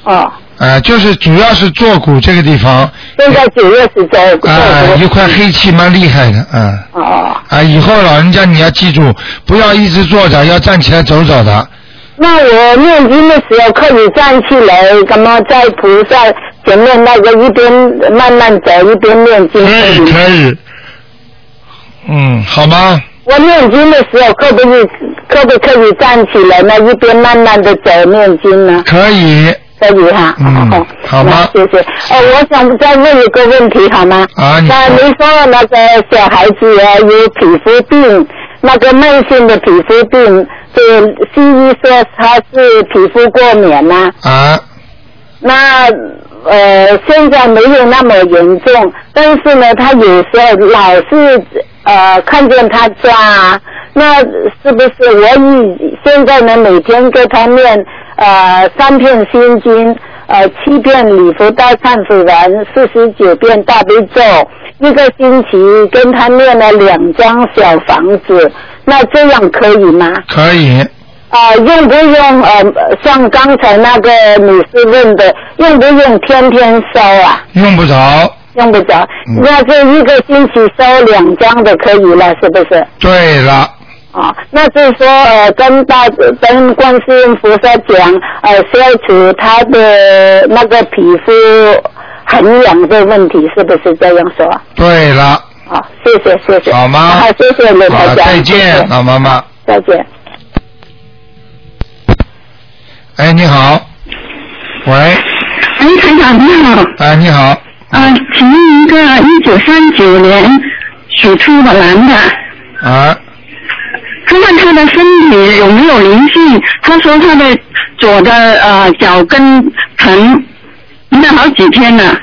S4: 哦，
S1: 啊，就是主要是坐骨这个地方，
S4: 现在九月十九
S1: 啊、一块黑气蛮厉害的，啊、
S4: 哦，
S1: 啊，以后老人家你要记住，不要一直坐着，要站起来走走的，
S4: 那我念经的时候可以站起来，怎么在菩萨前面那个一边慢慢走一边念经？
S1: 哎可以，嗯，好吗？
S4: 我念经的时候可不可以可不可以站起来呢？一边慢慢的走念经呢？
S1: 可以，
S4: 可以哈。
S1: 嗯
S4: 哦
S1: 好吗
S4: 那谢谢。哦，我想再问一个问题好吗？
S1: 啊，你
S4: 那您
S1: 说
S4: 说那个小孩子啊有皮肤病，那个慢性的皮肤病，这西医说他是皮肤过敏呐、
S1: 啊，
S4: 那呃，现在没有那么严重，但是呢，他有时候老是呃看见他抓、啊，那是不是我以现在呢每天给他念呃三片心经，呃七片礼佛大忏悔文，四十九遍大悲咒，一个星期跟他念了两张小房子，那这样可以吗？
S1: 可以，
S4: 啊、用不用呃，像刚才那个女士问的，用不用天天烧啊？
S1: 用不着。
S4: 用不着，
S1: 嗯
S4: 那这一个星期烧两张的可以了，是不是？
S1: 对了，
S4: 啊、那就是说呃，跟大跟观世音菩萨讲，呃，消除他的那个皮肤很痒的问题，是不是这样说？
S1: 对了，
S4: 好、谢谢谢谢。
S1: 好吗
S4: 好，谢谢刘台
S1: 好，
S4: 长。
S1: 再
S4: 谢
S1: 见，
S4: 谢
S1: 老妈妈。
S4: 再见。
S1: 哎，你好，喂，
S2: 哎，台长你好，
S1: 哎，你好，
S2: 呃，请问一个一九三九年属兔的男的，
S1: 啊，
S2: 看看他的身体有没有灵性。他说他的左的呃脚跟疼，疼了好几天了。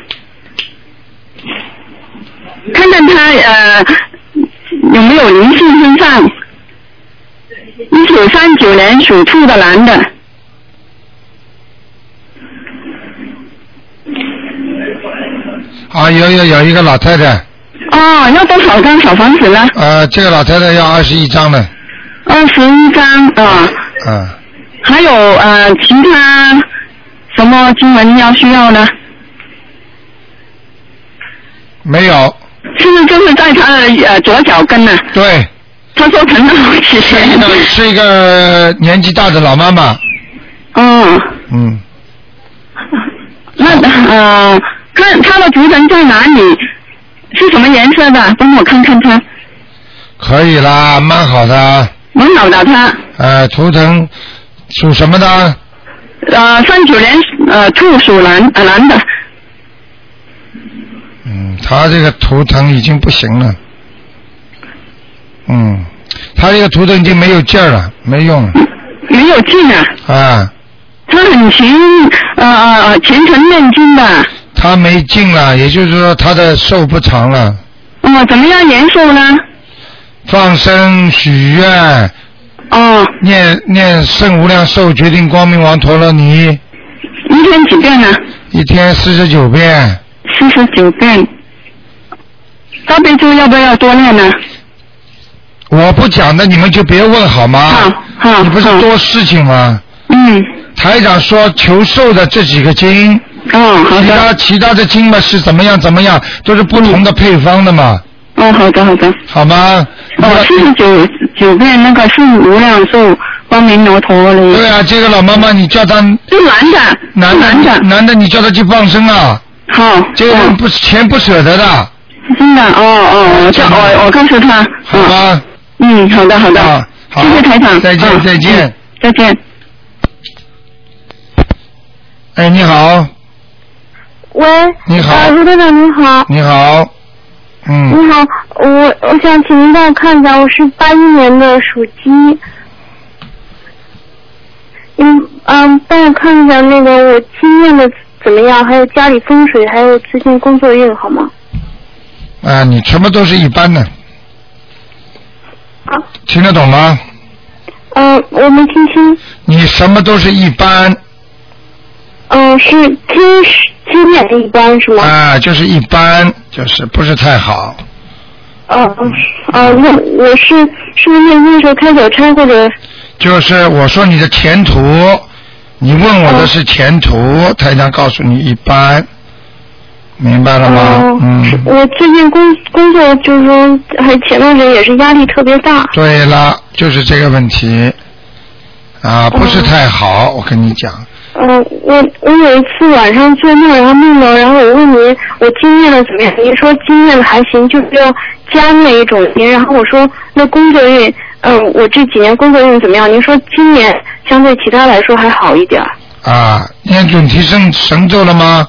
S2: 看看他呃有没有灵性身上。一九三九年属兔的男的，
S1: 啊，有有有一个老太太，
S2: 哦，要多少张小房子呢？
S1: 呃，这个老太太要二十一张呢，
S2: 二十一张啊。
S1: 嗯，
S2: 还有呃，其他什么经文要需要呢？
S1: 没有，
S2: 是不是就是在他的呃左脚跟呢、
S1: 对，
S2: 他说疼了好几天。
S1: 是一个年纪大的老妈妈，
S2: 哦，
S1: 嗯，
S2: 那呃，看他的图腾在哪里？是什么颜色的？帮我看看他，
S1: 可以啦，蛮好的，
S2: 蛮老的他，
S1: 呃，图腾属什么的？
S2: 呃，三九年呃兔属男呃男的，
S1: 嗯，他这个图腾已经不行了，嗯，他这个图腾已经没有劲儿了，没用了，
S2: 没有进啊，
S1: 啊，
S2: 他很勤呃呃呃虔诚念经的，
S1: 他没劲了，也就是说他的寿不长了。
S2: 哦、怎么样延寿呢？
S1: 放生、许愿、
S2: 哦，
S1: 念念圣无量寿决定光明王陀罗尼，
S2: 一天几遍呢？
S1: 一天四十九遍，
S2: 四十九遍。大悲咒要不要多念呢？
S1: 我不讲的你们就别问好吗？
S2: 好好
S1: 啊你不是多事情吗？
S2: 嗯，
S1: 台长说求寿的这几个经，
S2: 哦，好
S1: 其他
S2: 的，
S1: 其他的经嘛是怎么样怎么样，都是不同的配方的嘛，
S2: 哦，好的，好的。
S1: 好吗？那
S2: 哦，
S1: 么
S2: 四十九九遍那个是无量寿光明罗陀罗
S1: 对，啊，这个老妈妈你叫她
S2: 是男的，
S1: 男
S2: 男的，
S1: 男的你叫她去放生啊，
S2: 好，
S1: 这个人
S2: 哦
S1: 不钱不舍得的，
S2: 真的，哦哦，我叫我我告诉他，
S1: 好
S2: 嗯
S1: 吗？
S2: 嗯，好的好的，
S1: 啊，好，
S2: 谢谢台长，
S1: 再见
S2: 嗯
S1: 再见
S2: 嗯。再见。
S1: 哎，你好，
S5: 喂，
S1: 你好
S2: 啊
S5: 呃，卢队长您好，
S1: 你好，嗯，
S5: 你好，我我想请您帮我看一下，我是八一年的属鸡，嗯嗯，帮我看一下那个我经验的怎么样，还有家里风水，还有最近工作运好吗？
S1: 啊，你什么都是一般的，
S5: 啊，
S1: 听得懂吗？
S5: 嗯、我没听清，
S1: 你什么都是一般
S5: 嗯、是听听点的一般是吗？
S1: 啊，就是一般，就是不是太好。
S5: 嗯嗯嗯，那我是是不是那那时候开小差或者
S1: 就是我说你的前途，你问我的是前途，
S5: 哦
S1: 台长告诉你一般，明白了吗
S5: 哦？
S1: 嗯，
S5: 我最近工工作就是说，还前段时间也是压力特别大。
S1: 对了，就是这个问题，啊，不是太好，我跟你讲，
S5: 嗯，我我有一次晚上做梦，然后梦到，然后我问您我经验的怎么样？您说经验的还行，就是要加那一种您。然后我说那工作运，呃嗯，我这几年工作运怎么样？您说今年相对其他来说还好一点儿。
S1: 啊，念准提圣神咒了吗？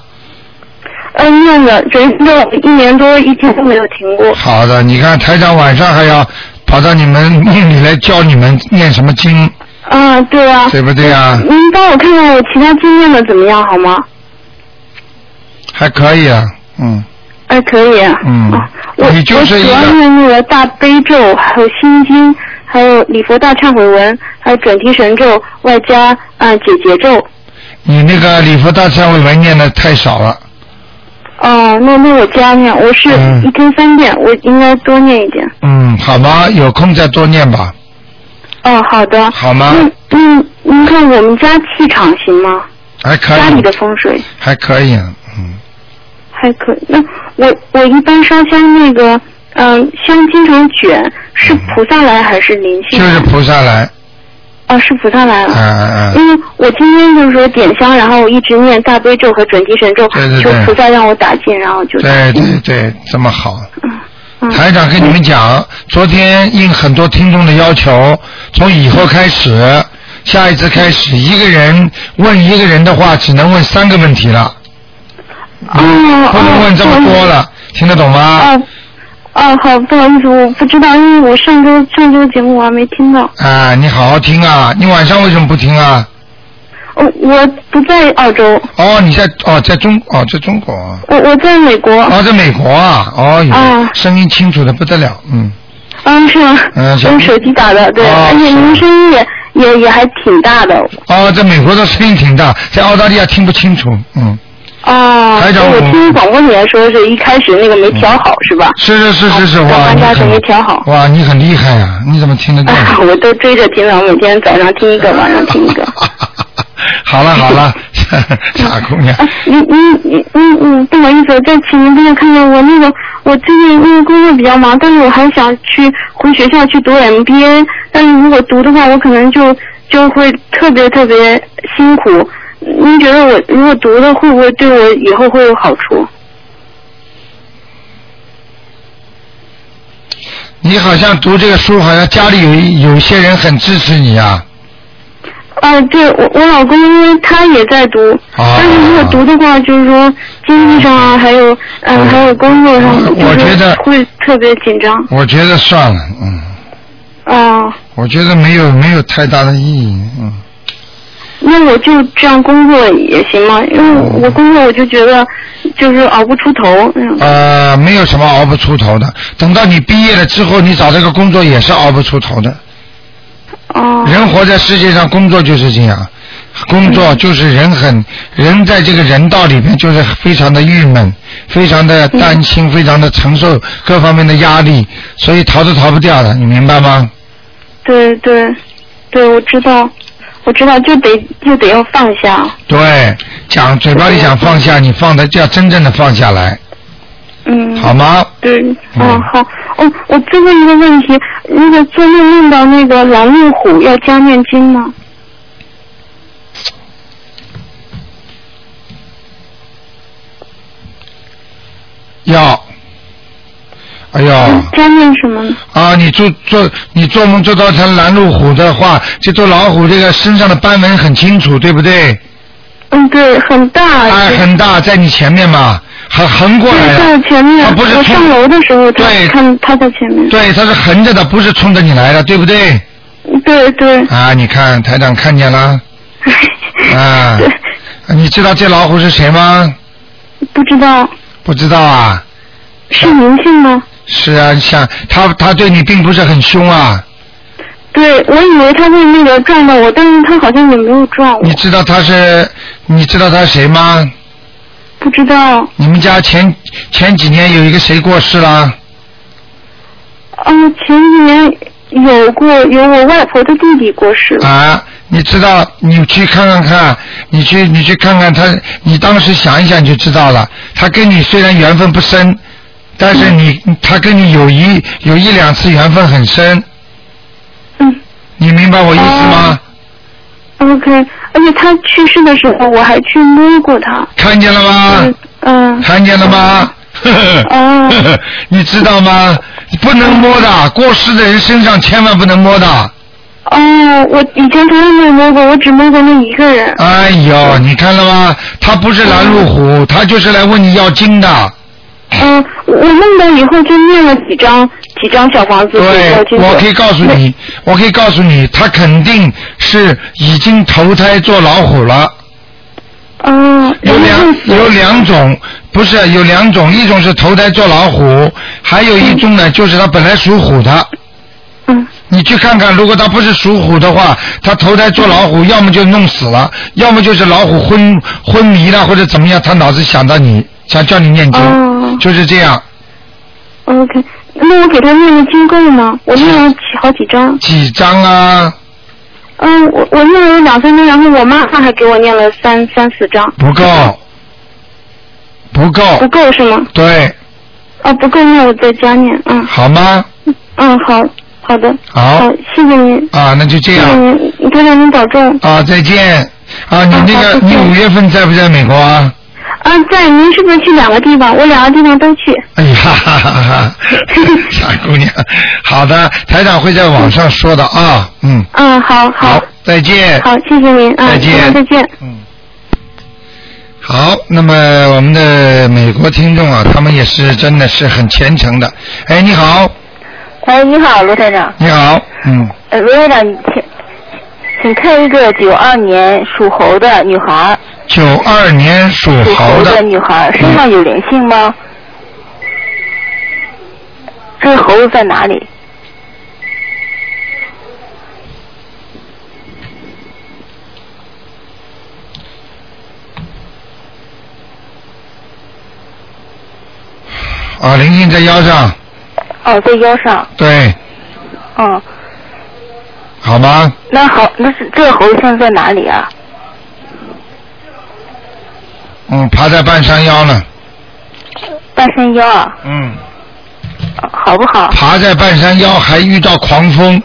S2: 嗯，念了，准备了一年多，一天都没有停过。
S1: 好的，你看台长晚上还要跑到你们命里来教你们念什么经，
S2: 啊，对啊。
S1: 对不对啊？
S2: 您帮我看看我其他经验的怎么样好吗？
S1: 还可以啊，嗯
S2: 哎，可以啊。
S1: 嗯，
S2: 我
S1: 你就是一
S2: 我主要
S1: 个
S2: 念那个大悲咒，还有心经，还有礼佛大忏悔文，还有准提神咒，外加啊、解结咒。
S1: 你那个礼佛大忏悔文念的太少了，
S2: 哦，那那我加念，我是
S1: 嗯
S2: 一天三遍，我应该多念一点。
S1: 嗯，好吗？有空再多念吧，
S2: 哦，好的。
S1: 好啊吗？
S2: 那那您看我们家气场行吗？
S1: 还可
S2: 家里
S1: 以
S2: 的，风水
S1: 还可以，嗯
S2: 还可以。那我我一般烧香那个，嗯、香经常卷，是菩萨来还是灵
S1: 嗯
S2: 性
S1: 就
S2: 来？
S1: 是菩萨来，
S2: 哦，是菩萨来了。
S1: 啊啊，
S2: 因为我今天就是说点香，然后我一直念大悲咒和准提神咒，
S1: 对对对
S2: 求菩萨让我打进，然后就
S1: 对对对，这么好。
S2: 嗯
S1: 台长跟你们讲，昨天应很多听众的要求，从以后开始，下一次开始，一个人问一个人的话，只能问三个问题了，啊
S2: 哦
S1: 不能问这么多了，听得懂吗？
S2: 哦哦，好，不好意思，我不知道，因为我上周上周节目我还没听到。
S1: 啊，你好好听啊，你晚上为什么不听啊？
S2: 我哦我不在澳洲，
S1: 哦，你在哦，在中哦，在中国啊，
S2: 我我在美国。
S1: 哦，在美国啊，哦
S2: 啊
S1: 哟，声音清楚的不得了，嗯，
S2: 嗯，是吗？
S1: 嗯小
S2: 用手机打的，对，
S1: 哦
S2: 而且您声音也也也还挺大的。
S1: 哦，在美国的声音挺大，在澳大利亚听不清楚，嗯，
S2: 哦，
S1: 台长
S2: 我
S1: 我
S2: 听广播里面说是一开始那个没调好，是吧？
S1: 是是是是是，
S2: 啊
S1: 哇，
S2: 刚搬
S1: 你
S2: 家准备
S1: 很
S2: 调好
S1: 哇，你很厉害啊，你怎么听得 见？
S2: 啊，我都追着听了，我每天早上听一个，晚上听一个。
S1: 好了好 了，傻姑娘，
S2: 哎，您您您您您，不好意思，再请您帮我看看我那个，我最近因为工作比较忙，但是我还想去回学校去读 MBA，但是如果读的话，我可能就就会特别特别辛苦。您觉得我如果读了，会不会对我以后会有好处？
S1: 你好像读这个书，好像家里有一有些人很支持你啊，
S2: 啊，对我我老公因为他也在读，
S1: 啊
S2: 但是如果读的话，就是说经济上啊，还有嗯、还有工作上，
S1: 我
S2: 就是
S1: 我觉得
S2: 会特别紧张。
S1: 我觉得算了，嗯，
S2: 哦，
S1: 我觉得没有没有太大的意义，嗯，
S2: 那我就这样工作也行吗？因为我工作我就觉得就是熬不出头。嗯，
S1: 呃，没有什么熬不出头的，等到你毕业了之后，你找这个工作也是熬不出头的，啊
S2: 哦，
S1: 人活在世界上，工作就是这样，工作就是人很人在这个人道里面就是非常的郁闷，非常的担
S2: 嗯
S1: 心，非常的承受各方面的压力，所以逃都逃不掉的，你明白吗？
S2: 对对对，我知道，我知道，就得就得要放下。
S1: 对，讲嘴巴里想放下，你放的就要真正的放下来，
S2: 嗯，
S1: 好吗？
S2: 对，
S1: 嗯
S2: 嗯，好，哦，我最后一个问题，那个做梦梦到那个蓝面虎要加念经吗？
S1: 要，哎呦。
S2: 嗯，加念什么呢？
S1: 啊，你做做你做梦做到条蓝路虎的话，这头老虎这个身上的斑纹很清楚，对不对？
S2: 嗯，对，很大，
S1: 哎，
S2: 对
S1: 很大，在你前面嘛，横横过来
S2: 对，嗯在
S1: 的
S2: 我。前
S1: 它
S2: 面，
S1: 不是
S2: 我
S1: 冲
S2: 上楼的时候，他
S1: 对
S2: 看他在前面，
S1: 对，它是横着的，不是冲着你来的，对不对？
S2: 对对，
S1: 啊，你看台长看见了，啊
S2: 对，
S1: 你知道这老虎是谁吗？
S2: 不知道
S1: 不知道啊，
S2: 是灵性吗？
S1: 是啊，像它它对你并不是很凶啊，
S2: 对，我以为他会那个撞到我，但是他好像也没有撞我
S1: 你，知道它是，你知道它是谁吗？
S2: 不知道。
S1: 你们家前前几年有一个谁过世了？
S2: 嗯，前几年有过有我外婆的弟弟过世了，
S1: 啊，你知道，你去看看看，你去你去看看他，你当时想一想你就知道了。他跟你虽然缘分不深，但是你、他跟你有一有一两次缘分很深，
S2: 嗯。哦
S1: 你明白我意思吗？
S2: OK，而且他去世的时候，我还去摸过他。
S1: 看见了吗
S2: 嗯？嗯，
S1: 看见了吗？呵呵呵 呵
S2: 哦
S1: 你知道吗？不能摸的，过世的人身上千万不能摸的。
S2: 哦，我以前从来没有摸过，我只摸过那一个人。
S1: 哎
S2: 嗯
S1: 呦，你看了吗？他不是拦路虎，他就是来问你要经的。
S5: 呃
S2: 嗯，我我梦到以后就念了几张几张小房子，
S1: 对
S2: 然后，就是
S1: 我可以告诉你，我可以告诉你，他肯定是已经投胎做老虎了。
S5: 呃
S2: 嗯，
S1: 有两有两种，不是有两种，一种是投胎做老虎，还有一种呢，就是他本来属虎的。
S2: 嗯。
S1: 你去看看，如果他不是属虎的话，他投胎做老
S2: 嗯
S1: 虎，要么就弄死了，要么就是老虎昏昏迷了或者怎么样，他脑子想到你，想叫你念经，
S2: 哦
S1: 就是这样。
S2: 嗯 OK，那我给他念的经够吗？我念了几好几张。
S1: 几张啊？
S2: 嗯，我我念了两三张，然后我妈还给我念了三三四张，
S1: 不够，不够，
S2: 不够是吗？
S1: 对，
S2: 哦，不够，那我再加念。嗯
S1: 好吗？
S2: 嗯，好好的，
S1: 好
S2: 好，嗯谢谢您，
S1: 啊，那就这
S2: 谢谢
S1: 样
S2: 您，你台长您保重。
S1: 啊，再见啊！你
S2: 啊
S1: 那个
S2: 好再
S1: 你
S2: 见
S1: 五月份在不在美国啊？
S2: 啊，在您是不是去两个地方？我两个地方都去。
S1: 哎呀，哈哈哈 哈傻姑娘，好的，台长会在网上说的啊，嗯，
S2: 嗯，好
S1: 好
S2: 好，
S1: 再见。
S2: 好，谢谢您啊，
S1: 再见
S2: 嗯再见。
S1: 嗯，好，那么我们的美国听众啊，他们也是真的是很虔诚的。哎，你好，
S6: 哎，你好，罗台长。
S1: 你好，嗯，
S6: 呃，罗台长，请请看一个九二年属猴的女孩儿，
S1: 九二年属
S6: 属
S1: 嗯猴
S6: 猴
S1: 的嗯
S6: 的，女孩儿身上有灵性吗？这猴子在哪里？
S1: 啊，灵性在腰上，
S6: 哦，在腰上。
S1: 对，
S6: 嗯，
S1: 好吗？
S6: 那好，那是这猴子现在在哪里啊？
S1: 嗯，爬在半山腰呢，
S6: 半山腰啊，
S1: 嗯，
S6: 呃好不好？
S1: 爬在半山腰还遇到狂风，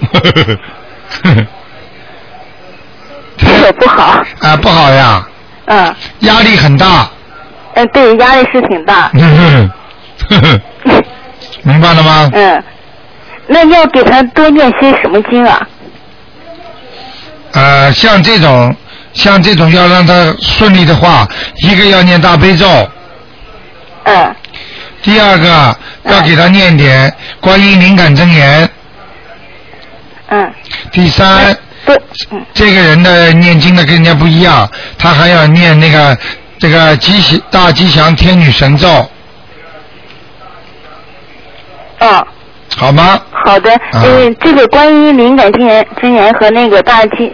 S6: 不好。
S1: 啊，不好呀，
S6: 嗯，
S1: 压力很 大，
S6: 嗯，对，压力是挺大。
S1: 明白了吗？
S6: 嗯，那要给他多念些什么经啊？
S1: 呃，像这种，像这种要让他顺利的话，一个要念大悲咒，
S6: 嗯，
S1: 第二个要给他念点观音灵感真言，
S6: 嗯，
S1: 第三，
S6: 多，嗯，
S1: 这个人的念经的跟人家不一样，他还要念那个这个吉祥大吉祥天女神咒，
S6: 哦，
S1: 好吗？
S6: 好的，
S1: 啊
S6: 嗯，这个关于灵感真言真言和那个大经，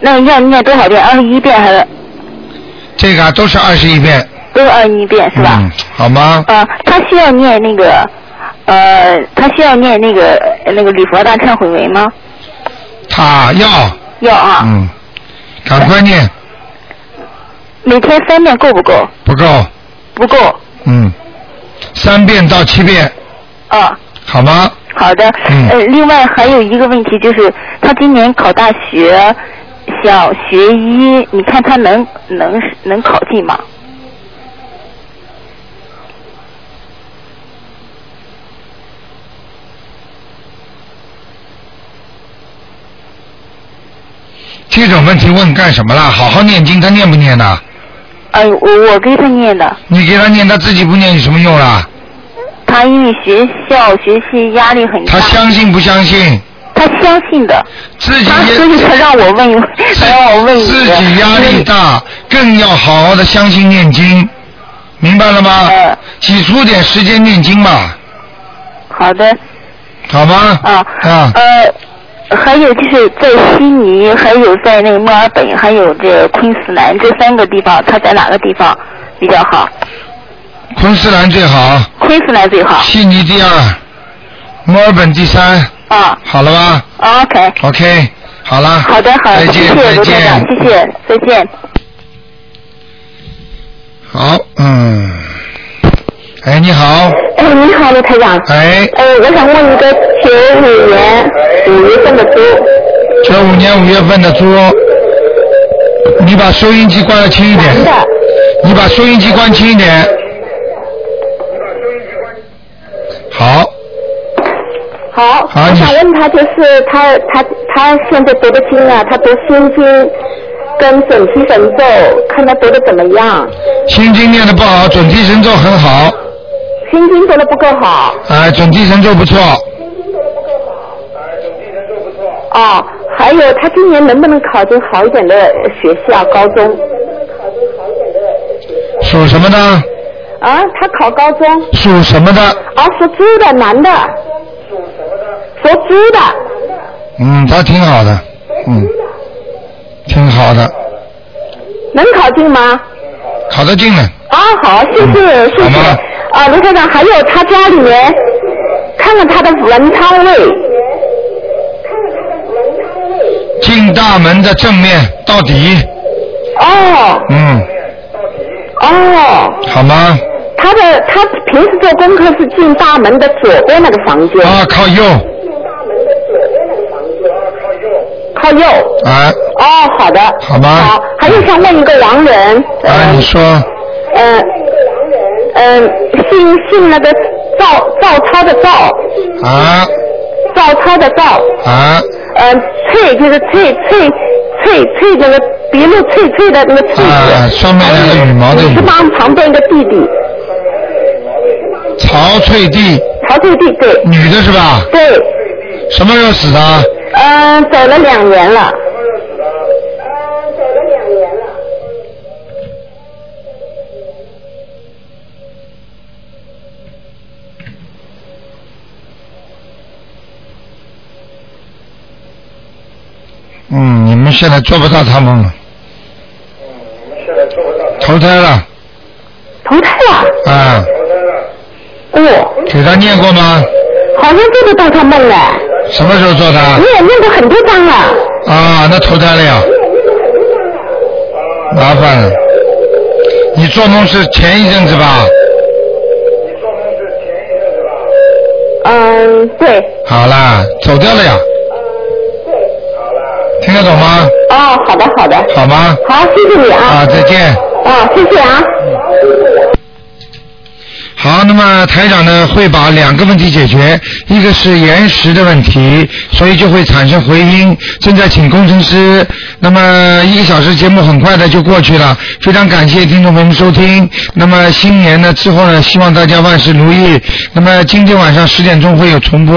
S6: 那要念多少遍？二十一遍还是
S1: 这个啊都是二十一遍，
S6: 都是二十一遍是吧
S1: 嗯？，好吗？
S6: 啊，他需要念那个，呃，他需要念那个呃那个礼佛大忏悔文吗？
S1: 他要，
S6: 要啊，
S1: 嗯，赶快念，
S6: 每天三遍够不够？
S1: 不够，
S6: 不够
S1: 嗯，三遍到七遍，
S6: 啊。
S1: 好吗？
S6: 好的，
S1: 嗯
S6: 呃，另外还有一个问题就是，他今年考大学，想学医，你看他能能能考进吗？
S1: 这种问题问干什么啦？好好念经，他念不念呐？
S6: 哎，我我给他念的，
S1: 你给他念，他自己不念有什么用啊啦？
S6: 他因为学校学习压力很大，
S1: 他相信不相信？
S6: 他相信的，
S1: 自己
S6: 他
S1: 也
S6: 所以他让我问一，哎他让我问
S1: 自
S6: 一
S1: 自
S6: 个
S1: 己压
S6: 因
S1: 力
S6: 为
S1: 大，更要好好的相信念经，明白了吗？
S6: 呃，
S1: 挤出点时间念经吧，
S6: 好的
S1: 好吗？
S6: 啊，
S1: 啊，
S6: 呃，还有就是在悉尼，还有在那个墨尔本，还有这昆士兰这三个地方，他在哪个地方比较好？
S1: 昆士兰最好，
S6: 昆士兰最好
S1: 悉尼第二，墨尔本第三，
S6: 啊。
S1: 好了吧
S6: OK，
S1: ？OK，好了。
S6: 好的好的，
S1: 再
S6: 谢
S1: 见，
S6: 谢
S1: 再
S6: 罗
S1: 见
S6: 台。长，谢谢，再见。
S1: 好，嗯。哎，你好，
S4: 哎，你好，卢台长。
S1: 哎，
S4: 哎，我想问一个九五年五月份的猪，
S1: 九五年五月份的猪，你把收音机关的轻一点
S4: 男，的，
S1: 你把收音机关轻一点。好，
S4: 好，
S1: 好
S4: 我
S1: 你
S4: 想问他，就是他他他现在读的经啊，他读心经跟准提神咒，看他读的怎么样？
S1: 心经念的不好，准提神咒很好，
S4: 心经读的不够好
S1: 啊，准提神咒不错，
S4: 哦，还有他今年能不能考进好一点的学校高中？
S1: 属什么的？
S4: 啊，他考高中，
S1: 属什么的？
S4: 啊，属猪的男的，属猪的，
S1: 嗯，他挺好的，嗯，挺好的，
S4: 能考进吗？
S1: 考得进了。
S4: 啊，好，谢谢，谢谢。啊，卢科长，还有他家里面，看看他的文昌位，
S1: 进大门的正面到底，
S4: 哦
S1: 嗯，
S4: 哦，
S1: 好吗？
S4: 他的他平时做功课是进大门的左边那个房间，
S1: 啊，靠右，
S4: 靠右。
S1: 啊，
S4: 哦，好的。
S1: 好吗
S4: 好，还有想问一个亡人，呃
S1: 啊，你说，
S4: 嗯、嗯、姓姓那个赵赵超的赵，
S1: 啊
S4: 赵超的赵，
S1: 啊，
S4: 嗯、翠就是翠翠翠翠那个鼻露翠翠的那个翠字。
S1: 啊上面两个羽毛的羽
S4: 女字旁旁边一个弟弟，
S1: 曹翠娣，
S4: 曹翠弟对
S1: 女的是吧？
S4: 对，
S1: 什么时候死的？
S4: 嗯、走了两年了，
S1: 嗯，你们现在做不到他们了。投胎了，
S4: 投胎了，
S1: 啊，
S4: 哦，
S1: 给他念过吗？
S4: 好像做得到他梦了，
S1: 什么时候做的？
S4: 你也念过很多张了。
S1: 啊，那投胎了呀，麻烦了。你做梦是前一阵子吧？
S4: 嗯，对，
S1: 好啦，走掉了呀。听得懂吗？
S4: 哦，好的，好的，
S1: 好吗？
S4: 好，谢谢你啊，
S1: 啊，再见。
S4: 啊，谢谢啊。
S1: 好，那么台长呢会把两个问题解决，一个是延时的问题，所以就会产生回音。正在请工程师，那么一个小时节目很快的就过去了，非常感谢听众朋友们收听。那么新年呢之后呢，希望大家万事如意。那么今天晚上十点钟会有重播。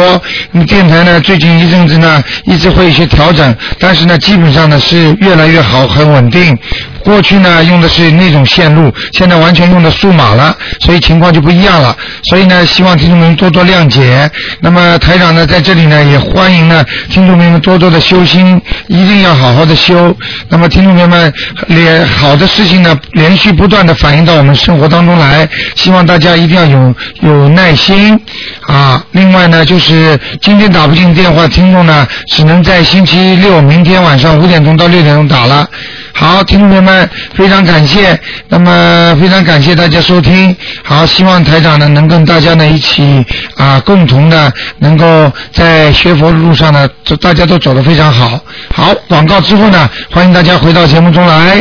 S1: 那么电台呢最近一阵子呢一直会有一些调整，但是呢基本上呢是越来越好，很稳定。过去呢用的是那种线路，现在完全用的数码了，所以情况就不一样了。所以呢，希望听众们多多谅解。那么台长呢在这里呢也欢迎呢听众朋友们多多的修心，一定要好好的修。那么听众朋友们，连好的事情呢连续不断的反映到我们生活当中来，希望大家一定要有有耐心啊。另外呢，就是今天打不进电话，听众呢只能在星期六明天晚上五点钟到六点钟打了。好，听众朋友们，非常感谢，那么非常感谢大家收听。好，希望台长呢能跟大家呢一起啊，共同的能够在学佛路上呢，走大家都走得非常好。好，广告之后呢，欢迎大家回到节目中来。